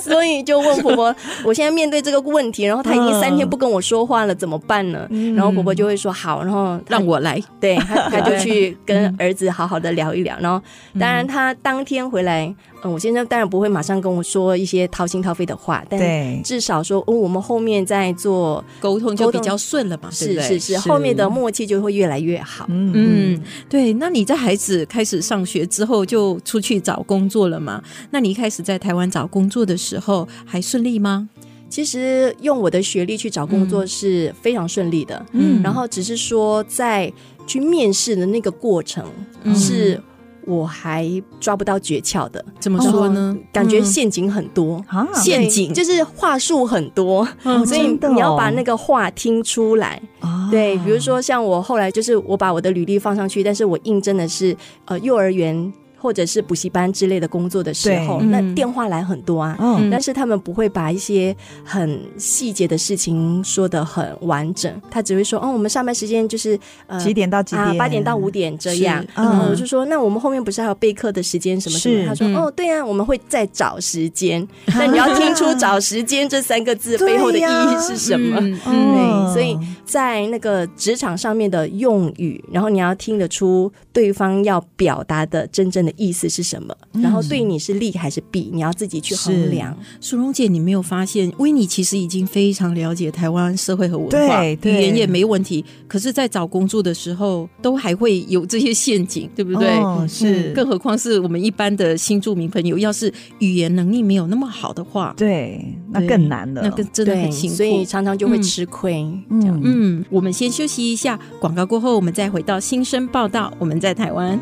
E: 所以就问婆婆，我现在面对这个问题，然后他已经三天不跟我说话了，怎么办呢？
A: 嗯
E: 嗯然后婆婆就会说好，然后她
C: 嗯让我来，
E: 对他，他就去跟儿子好好的聊一聊。然后，
C: 嗯
E: 当然他当天回来，嗯，我先生当然不会马上跟我说一些掏心掏肺的话，但
A: 对，
E: 至少说，哦，我们后面在做，
C: 沟通就
E: 沟
C: 比
E: 通
C: 较顺了嘛，对不
E: 是
C: 对
E: 是是，后面的默契就会越来越好。
A: 嗯，
C: 嗯，对。那你在孩子开始上学之后，就出去找工作了嘛？那你一开始在台湾找工作的时候，还顺利吗？
E: 其实用我的学历去找工
A: 嗯
E: 作是非常顺利的，
C: 嗯
E: 然后只是说在去面试的那个过程
A: 嗯
C: 嗯
E: 是。我还抓不到诀窍的，
C: 怎么说呢？
E: 感觉
C: 嗯
E: 陷阱很多，
A: 啊，
E: 对
C: 陷阱
E: 就是话术很多，
A: 嗯
E: 所以
A: 真的哦
E: 你要把那个话听出来。
A: 啊
E: 对，比如说像我后来就是我把我的履历放上去，但是我应征的是呃幼儿园或者是补习班之类的工作的时候，
A: 对
E: 那
C: 嗯
E: 电话来很多啊。
A: 嗯
E: 但是他们不会把一些很细节的事情说的很完整，他只会说，哦，我们上班时间就是呃
A: 几点到几点？
E: 啊，八点到五点这样
C: 是。
E: 然后我
A: 嗯
E: 就说，那我们后面不是还有备课的时间什么什
A: 是
E: 么？他说，
C: 嗯
E: 哦，对啊，我们会再找 时间。那你要听出“找时间”这三个字背后的意义是什么？
C: 嗯
A: 嗯
E: 对，所以在那个职场上面的用语，然后你要听得出对方要表达的真正的意思是什么，
A: 嗯
E: 然后对你是利还是弊，你要自己去衡量。
C: 苏荣姐，你没有发现维尼其实已经非常了解台湾社会和文化，
A: 对
C: 语
A: 对
C: 言也没问题。可是，在找工作的时候，都还会有这些陷阱，对不对？
A: 哦是
C: 嗯更何况是我们一般的新住民朋友，要是语言能力没有那么好的话，
A: 对，那
C: 对
A: 更难了。
C: 那更真的
E: 对，
C: 很辛苦。
E: 所以常常就会
C: 嗯
E: 吃亏。
A: 嗯嗯，
C: 嗯，我们先休息一下，广告过后，我们再回到新生报道。我们在台湾。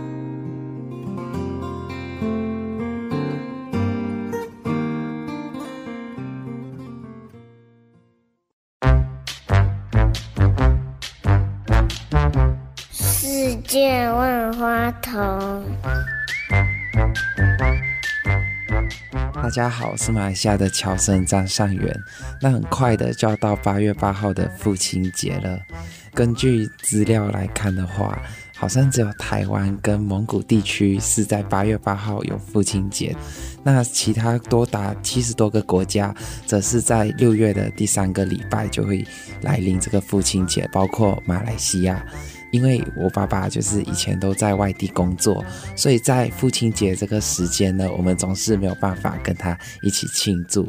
F: 世界万花筒。
G: 大家好，我是马来西亚的侨生张尚元。那很快的就要到八月八号的父亲节了。根据资料来看的话，好像只有台湾跟蒙古地区是在八月八号有父亲节，那其他多达七十多个国家，则是在六月的第三个礼拜就会来临这个父亲节，包括马来西亚。因为我爸爸就是以前都在外地工作，所以在父亲节这个时间呢，我们总是没有办法跟他一起庆祝，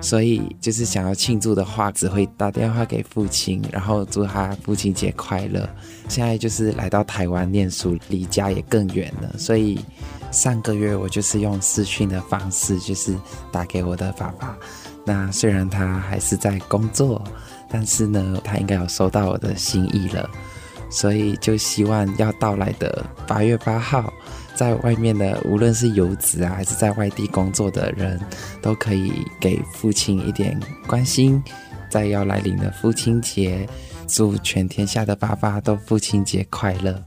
G: 所以就是想要庆祝的话，只会打电话给父亲，然后祝他父亲节快乐。现在就是来到台湾念书，离家也更远了，所以上个月我就是用视讯的方式，就是打给我的爸爸。那虽然他还是在工作，但是呢，他应该有收到我的心意了。所以就希望要到来的八月八号，在外面的无论是游子啊，还是在外地工作的人，都可以给父亲一点关心。在要来临的父亲节，祝全天下的爸爸都父亲节快乐！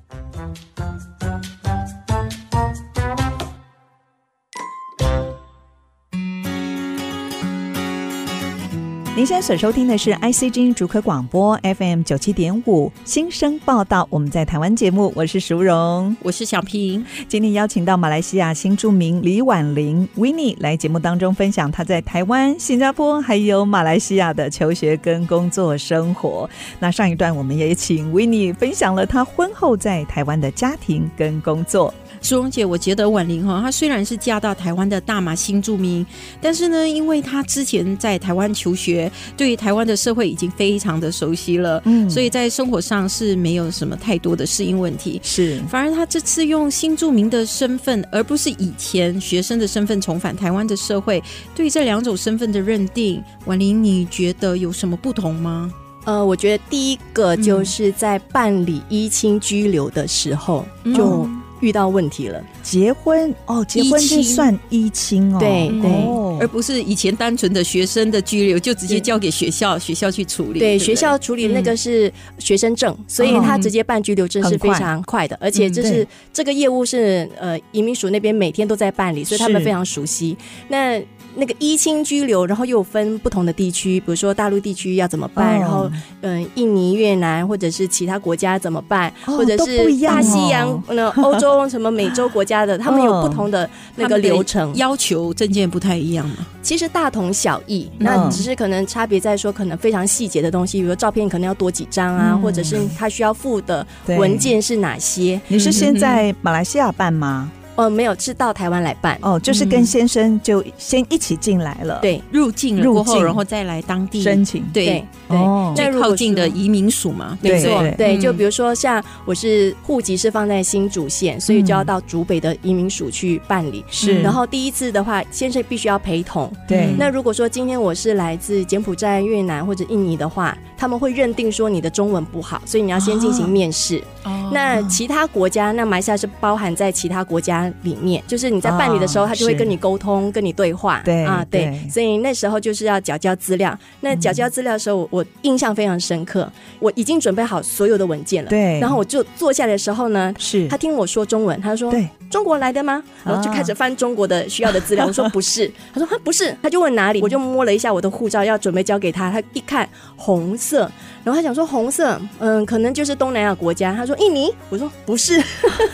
A: 您现在所收听的是 IC 之音主科广播 FM 九七点五新生报道，我们在台湾节目，我是淑荣。
C: 我是小平，
A: 今天邀请到马来西亚新著名李婉玲 w i n n i 来节目当中分享她在台湾、新加坡还有马来西亚的求学跟工作生活。那上一段我们也请 w i n n i 分享了她婚后在台湾的家庭跟工作。
C: 苏荣姐，我觉得婉玲哈，她虽然是嫁到台湾的大马新住民，但是呢，因为她之前在台湾求学，对于台湾的社会已经非常的熟悉了，
A: 嗯
C: 所以在生活上是没有什么太多的适应问题。
A: 是
C: 反而他这次用新住民的身份，而不是以前学生的身份重返台湾的社会，对于这两种身份的认定，婉玲，你觉得有什么不同吗？
E: 呃，我觉得第一个就是在办理依亲居留的时候、
C: 哦
E: 就遇到问题了，
A: 结婚哦，结婚就
C: 一亲
A: 算一亲哦，
E: 对对
A: 哦
C: 而不是以前单纯的学生的拘留，就直接
E: 是
C: 交给学校，学校去处理。
E: 对
C: 对不对
E: 学校处理那个是学生证，所以他直接办居留证是非常快的，而且这
A: 嗯
E: 是、
A: 对
E: 这个业务是呃移民署那边每天都在办理，所以他们
A: 是
E: 非常熟悉。那那个一亲居留，然后又分不同的地区，比如说大陆地区要怎么办，
A: 哦
E: 然后嗯、印尼、越南或者是其他国家怎么办，
A: 哦
E: 或者
A: 都不一
E: 是
A: 样哦嗯
E: 大西洋、那欧洲什么美洲国家的，他们有不同的那个流程。
C: 要求证件不太一样嘛。
E: 其实大同小异，
A: 嗯
E: 那只是可能差别在说，可能非常细节的东西，比如说照片可能要多几张啊，
A: 嗯
E: 或者是他需要附的
A: 对
E: 文件是哪些？
A: 你是先在马来西亚办吗？
E: 呃，没有，是到台湾来办。
A: 哦，就是跟先生就先一起进来了，，
E: 嗯对
C: 入境了
A: 入
C: 过后，
A: 境
C: 然后再来当地
A: 申请
C: 对
E: 对对
A: 哦，
E: 那如果
C: 靠近的
E: 说
C: 移民署嘛，
A: 对
C: 对不
A: 没错
C: 对？
E: 对，
C: 嗯
E: 就比如说像我是户籍是放在新竹县，所以就要
A: 嗯
E: 到竹北的移民署去办理。
A: 是，
E: 然后第一次的话，先生必须要陪同。
A: 对，
E: 那如果说今天我是来自柬埔寨、越南或者印尼的话，他们会认定说你的中文不好，所以你要先进行面试。
C: 哦
E: 那其他国家，那马来西亚是包含在其他国家里面，就是你在办理的时候，
A: 啊
E: 他就会跟你沟通、跟你对话。
A: 对
E: 啊，对，
A: 对
E: 所以那时候就是要缴交资料。那缴交资料的时候，我我印象非常深刻，我已经准备好所有的文件了。
A: 对
E: 然后我就坐下来的时候呢，
A: 是
E: 他听我说中文，他说：“
A: 对，
E: 中国来的吗？”
A: 啊
E: 然后就开始翻中国的需要的资料。我说：“ 不是。”他说：“他啊不是。”他就问哪里，我就摸了一下我的护照，要准备交给他。他一看红色，然后他想说红色，嗯，可能就是东南亚国家。他说印尼，我说不是，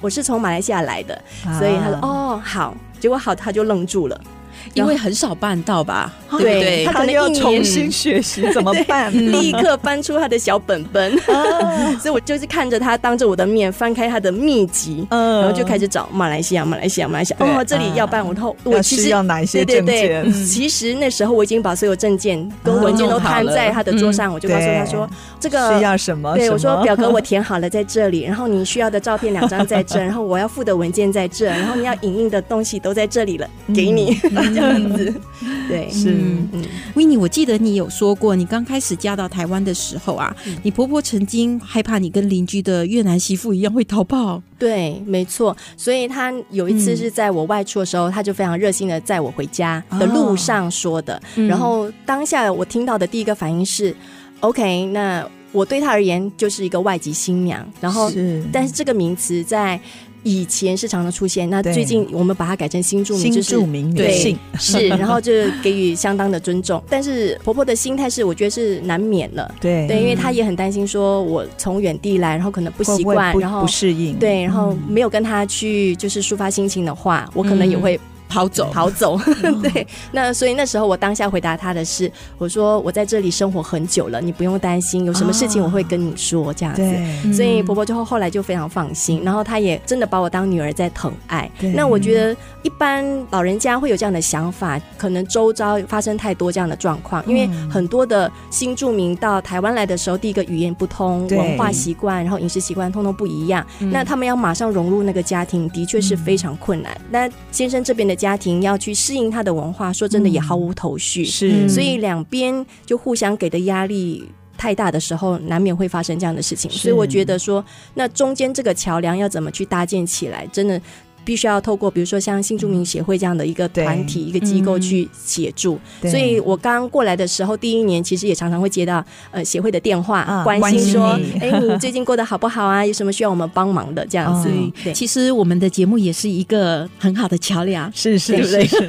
E: 我是从马来西亚来的，所以他说：“
A: 啊
E: 哦，好。”结果好，他就愣住了。
C: 因为很少办到 吧，对
E: 对
C: 不对
E: 他？可
A: 啊他
E: 能
A: 要
E: 一年嗯
A: 重新学习怎么办？
E: 立刻翻出他的小本本，
A: 啊
E: 所以我就是看着他当着我的面翻开他的秘籍，
A: 嗯
E: 然后就开始找马来西亚、马来西亚、马来西亚。
A: 对嗯
E: 哦，这里要办，我然后
A: 要
E: 我其
A: 需
E: 实
A: 要哪一些
E: 对对
A: 证
E: 对
A: 件？
E: 嗯其实那时候我已经把所有证件跟文件都摊在他的桌上，我就告诉他说这
A: 哦需
E: 个。
A: 要什么？
E: 对，
A: 什
E: 我说
A: 么
E: 表格我填好了在这里，然后你需要的照片两张在这，然后我要附的文件在这，然后你要影印的东西都在这里了，
A: 嗯
E: 给你嗯这样子。 对，
A: 是
C: 嗯
E: 嗯，
C: 维尼，我记得你有说过，你刚开始嫁到台湾的时候啊，
E: 嗯
C: 你婆婆曾经害怕你跟邻居的越南媳妇一样会逃跑。
E: 对，没错。所以他有一次
A: 嗯
E: 是在我外出的时候，他就非常热心的载我回家的
A: 哦
E: 路上说的。
A: 嗯
E: 然后当下我听到的第一个反应是，OK，那我对他而言就是一个外籍新娘。然后，
A: 是
E: 但是这个名词在以前是常常出现，那
A: 对
E: 最近我们把它改成新住民，
A: 新
E: 就是
A: 著名女
E: 对
A: 性，
E: 是，然后就是给予相当的尊重。但是婆婆的心态是，我觉得是难免了。
A: 对
E: 对，因为她也很担心，说我从远地来，然后可能不
A: 会
E: 习
A: 不会
E: 惯，
A: 不
E: 然后
A: 不适应，嗯
E: 对，然后
C: 嗯
E: 没有跟他去就是抒发心情的话，我可能也会
C: 跑走，
E: 跑走。 对，那所以那时候我当下回答他的是，我说我在这里生活很久了，你不用担心，有什么事
C: 哦
E: 情我会跟你说这样子。
A: 对
E: 所以婆婆就后后来就非常放心，然后她也真的把我当女儿在疼爱
A: 对。
E: 那我觉得一般老人家会有这样的想法，可能周遭发生太多这样的状况，因为
A: 嗯
E: 很多的新住民到台湾来的时候，第一个语言不通，
A: 对嗯
E: 文化习惯，然后饮食习惯通通不一样，那他们要马上融入那个家庭，的确是非常困
A: 嗯
E: 难。那先生这边的家庭要去适应他的文化，说真的也毫无头绪。
A: 是
E: 所以两边就互相给的压力太大的时候，难免会发生这样的事情。
A: 是
E: 所以我觉得说，那中间这个桥梁要怎么去搭建起来，真的。必须要透过，比如说像新住民协会这样的一个
A: 对
E: 团体、一个机构去协助。
C: 嗯
A: 对
E: 所以我刚过来的时候，第一年其实也常常会接到呃协会的电话，
A: 啊
E: 关
A: 关心
E: 心说
A: 你：“
E: 哎、你最近过得好不好啊？有什么需要我们帮忙的？”这样子。
A: 哦
E: 对，
C: 其实我们的节目也是一个很好的桥梁，
A: 是
C: 对
A: 是
C: 不对
A: 是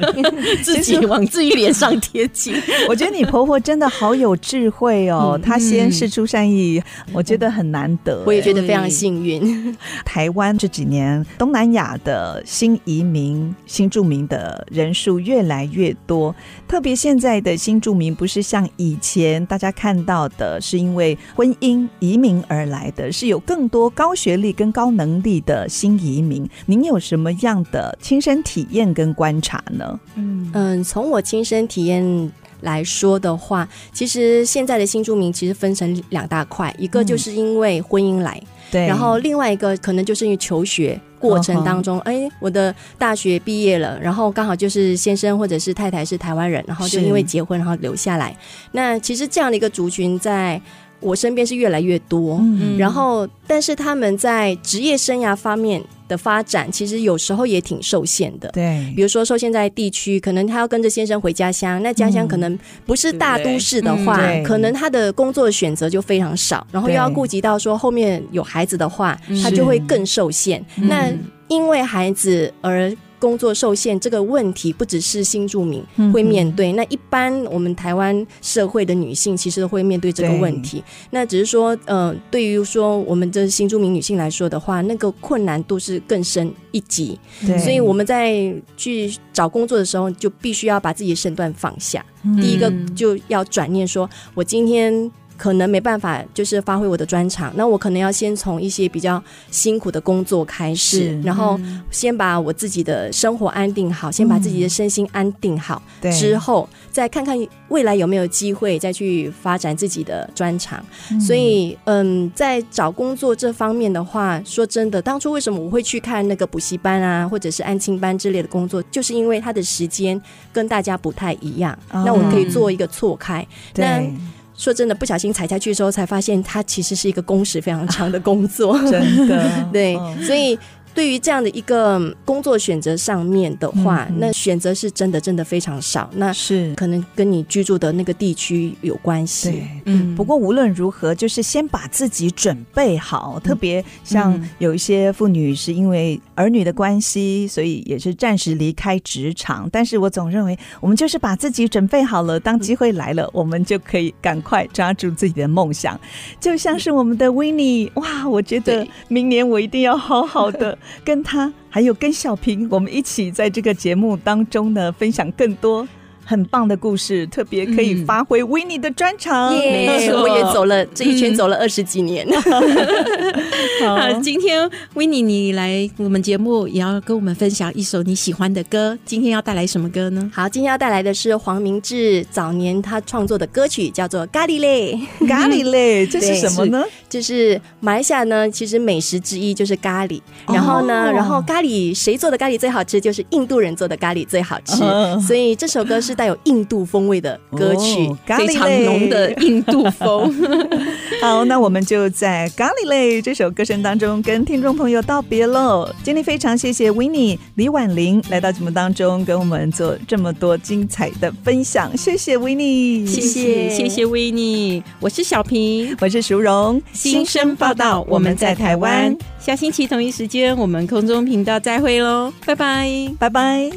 A: 是，
C: 自己往自己脸上贴金。
A: 我觉得你婆婆真的好有智慧哦，她先事出善意，我觉得很难得。
E: 嗯我也觉得
C: 对
E: 非常幸运。
A: 台湾这几年东南亚的新移民、新住民的人数越来越多，特别现在的新住民不是像以前大家看到的，是因为婚姻移民而来的，是有更多高学历跟高能力的新移民。您有什么样的亲身体验跟观察呢？
E: 嗯嗯，从我亲身体验来说的话，其实现在的新住民其实分成两大块，一个就是因为婚姻来，
A: 嗯对，
E: 然后另外一个可能就是因为求学过程当
A: 嗯
E: 中，哎、我的大学毕业了，然后刚好就是先生或者是太太是台湾人，然后就是因为结婚然后留下来。那其实这样的一个族群，在我身边是越来越多。
A: 嗯
E: 然后，但是他们在职业生涯方面的发展，其实有时候也挺受限的。
A: 对
E: 比如说受限在地区，可能他要跟着先生回家乡，那家乡
A: 嗯
E: 可能不是大都市的话，
A: 对嗯对
E: 可能他的工作选择就非常少，然后又
A: 对嗯
E: 要顾及到说后面有孩子的话，他
A: 是
E: 就会更受限。那
A: 嗯
E: 因为孩子而工作受限这个问题，不只是新住民
A: 嗯
E: 会面对，那一般我们台湾社会的女性其实都会面对这个问题。那只是说，呃，对于说我们这新住民女性来说的话，那个困难度是更深一级。
A: 对，
E: 所以我们在去找工作的时候，就必须要把自己的身段放下。
A: 嗯
E: 第一个就要转念说，我今天。可能没办法，就是发挥我的专长。那我可能要先从一些比较辛苦的工作开始
A: 是，
E: 然后
C: 嗯
E: 先把我自己的生活安定好，先把自己的身心安定好，
A: 嗯对
E: 之后再看看未来有没有机会再去发展自己的专长。
A: 嗯
E: 所以，嗯，在找工作这方面的话，说真的，当初为什么我会去看那个补习班啊，或者是安亲班之类的工作，就是因为它的时间跟大家不太一样，
A: 哦
E: 那我可以做一个错开。那
A: 对，
E: 说真的，不小心踩下去的时候，才发现它其实是一个工时非常长的工作。
A: 真的
E: 对，
A: 嗯
E: 所以。对于这样的一个嗯工作选择上面的话，
A: 嗯嗯
E: 那选择是真的真的非常少，那
A: 是
E: 可能跟你居住的那个地区有关系。
A: 对。
C: 嗯
A: 不过无论如何，就是先把自己准备好。特别像有一些妇女是因为儿女的关系，所以也是暂时离开职场。但是我总认为，我们就是把自己准备好了，当机会来了，我们就可以赶快抓住自己的梦想。就像是我们的 w i n n i e 哇，我觉得
C: 对
A: 明年我一定要好 好的跟她，还有跟小平，我们一起在这个节目当中呢，分享更多。很棒的故事，特别可以
C: 嗯
A: 发挥 w i n n i e 的专长。
E: 耶
C: 没错
E: 哎我也走了这一圈，走
A: 嗯
E: 了二十几年。
C: 啊，今天维尼你来我们节目，也要跟我们分享一首你喜欢的歌。今天要带来什么歌呢？
E: 好，今天要带来的是黄明志早年他创作的歌曲，叫做《咖喱嘞》，
A: 咖喱嘞，这是
E: 对
A: 什么呢？
E: 就是马来西亚呢，其实美食之一就是咖喱。然后呢，
A: 哦
E: 然后咖喱谁做的咖喱最好吃？就是印度人做的咖喱最好吃。
A: 嗯
E: 所以这首歌是带有印度风味的歌曲。
A: 哦咖
C: 非
A: 喱嘞
C: 常浓的印度风。
A: 好，那我们就在《咖喱类》这首歌声当中跟听众朋友道别喽。今天非常谢谢 w i n n i e 李婉玲来到节目当中跟我们做这么多精彩的分享，谢谢 w i n n i e
C: 谢谢谢谢维尼，我是小平。
A: 我是淑荣，
C: 新生报道，我们在台湾。。下星期同一时间，我们空中频道再会喽，拜拜。
A: 拜拜。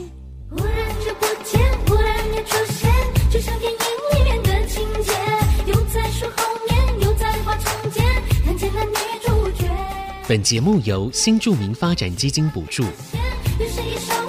H: 忽然之不见，忽然间出现，就像电影里面的情节，又在树后面，又在花丛间，看见了女主角，
I: 本节目由新著名发展基金补助，
H: 于是一首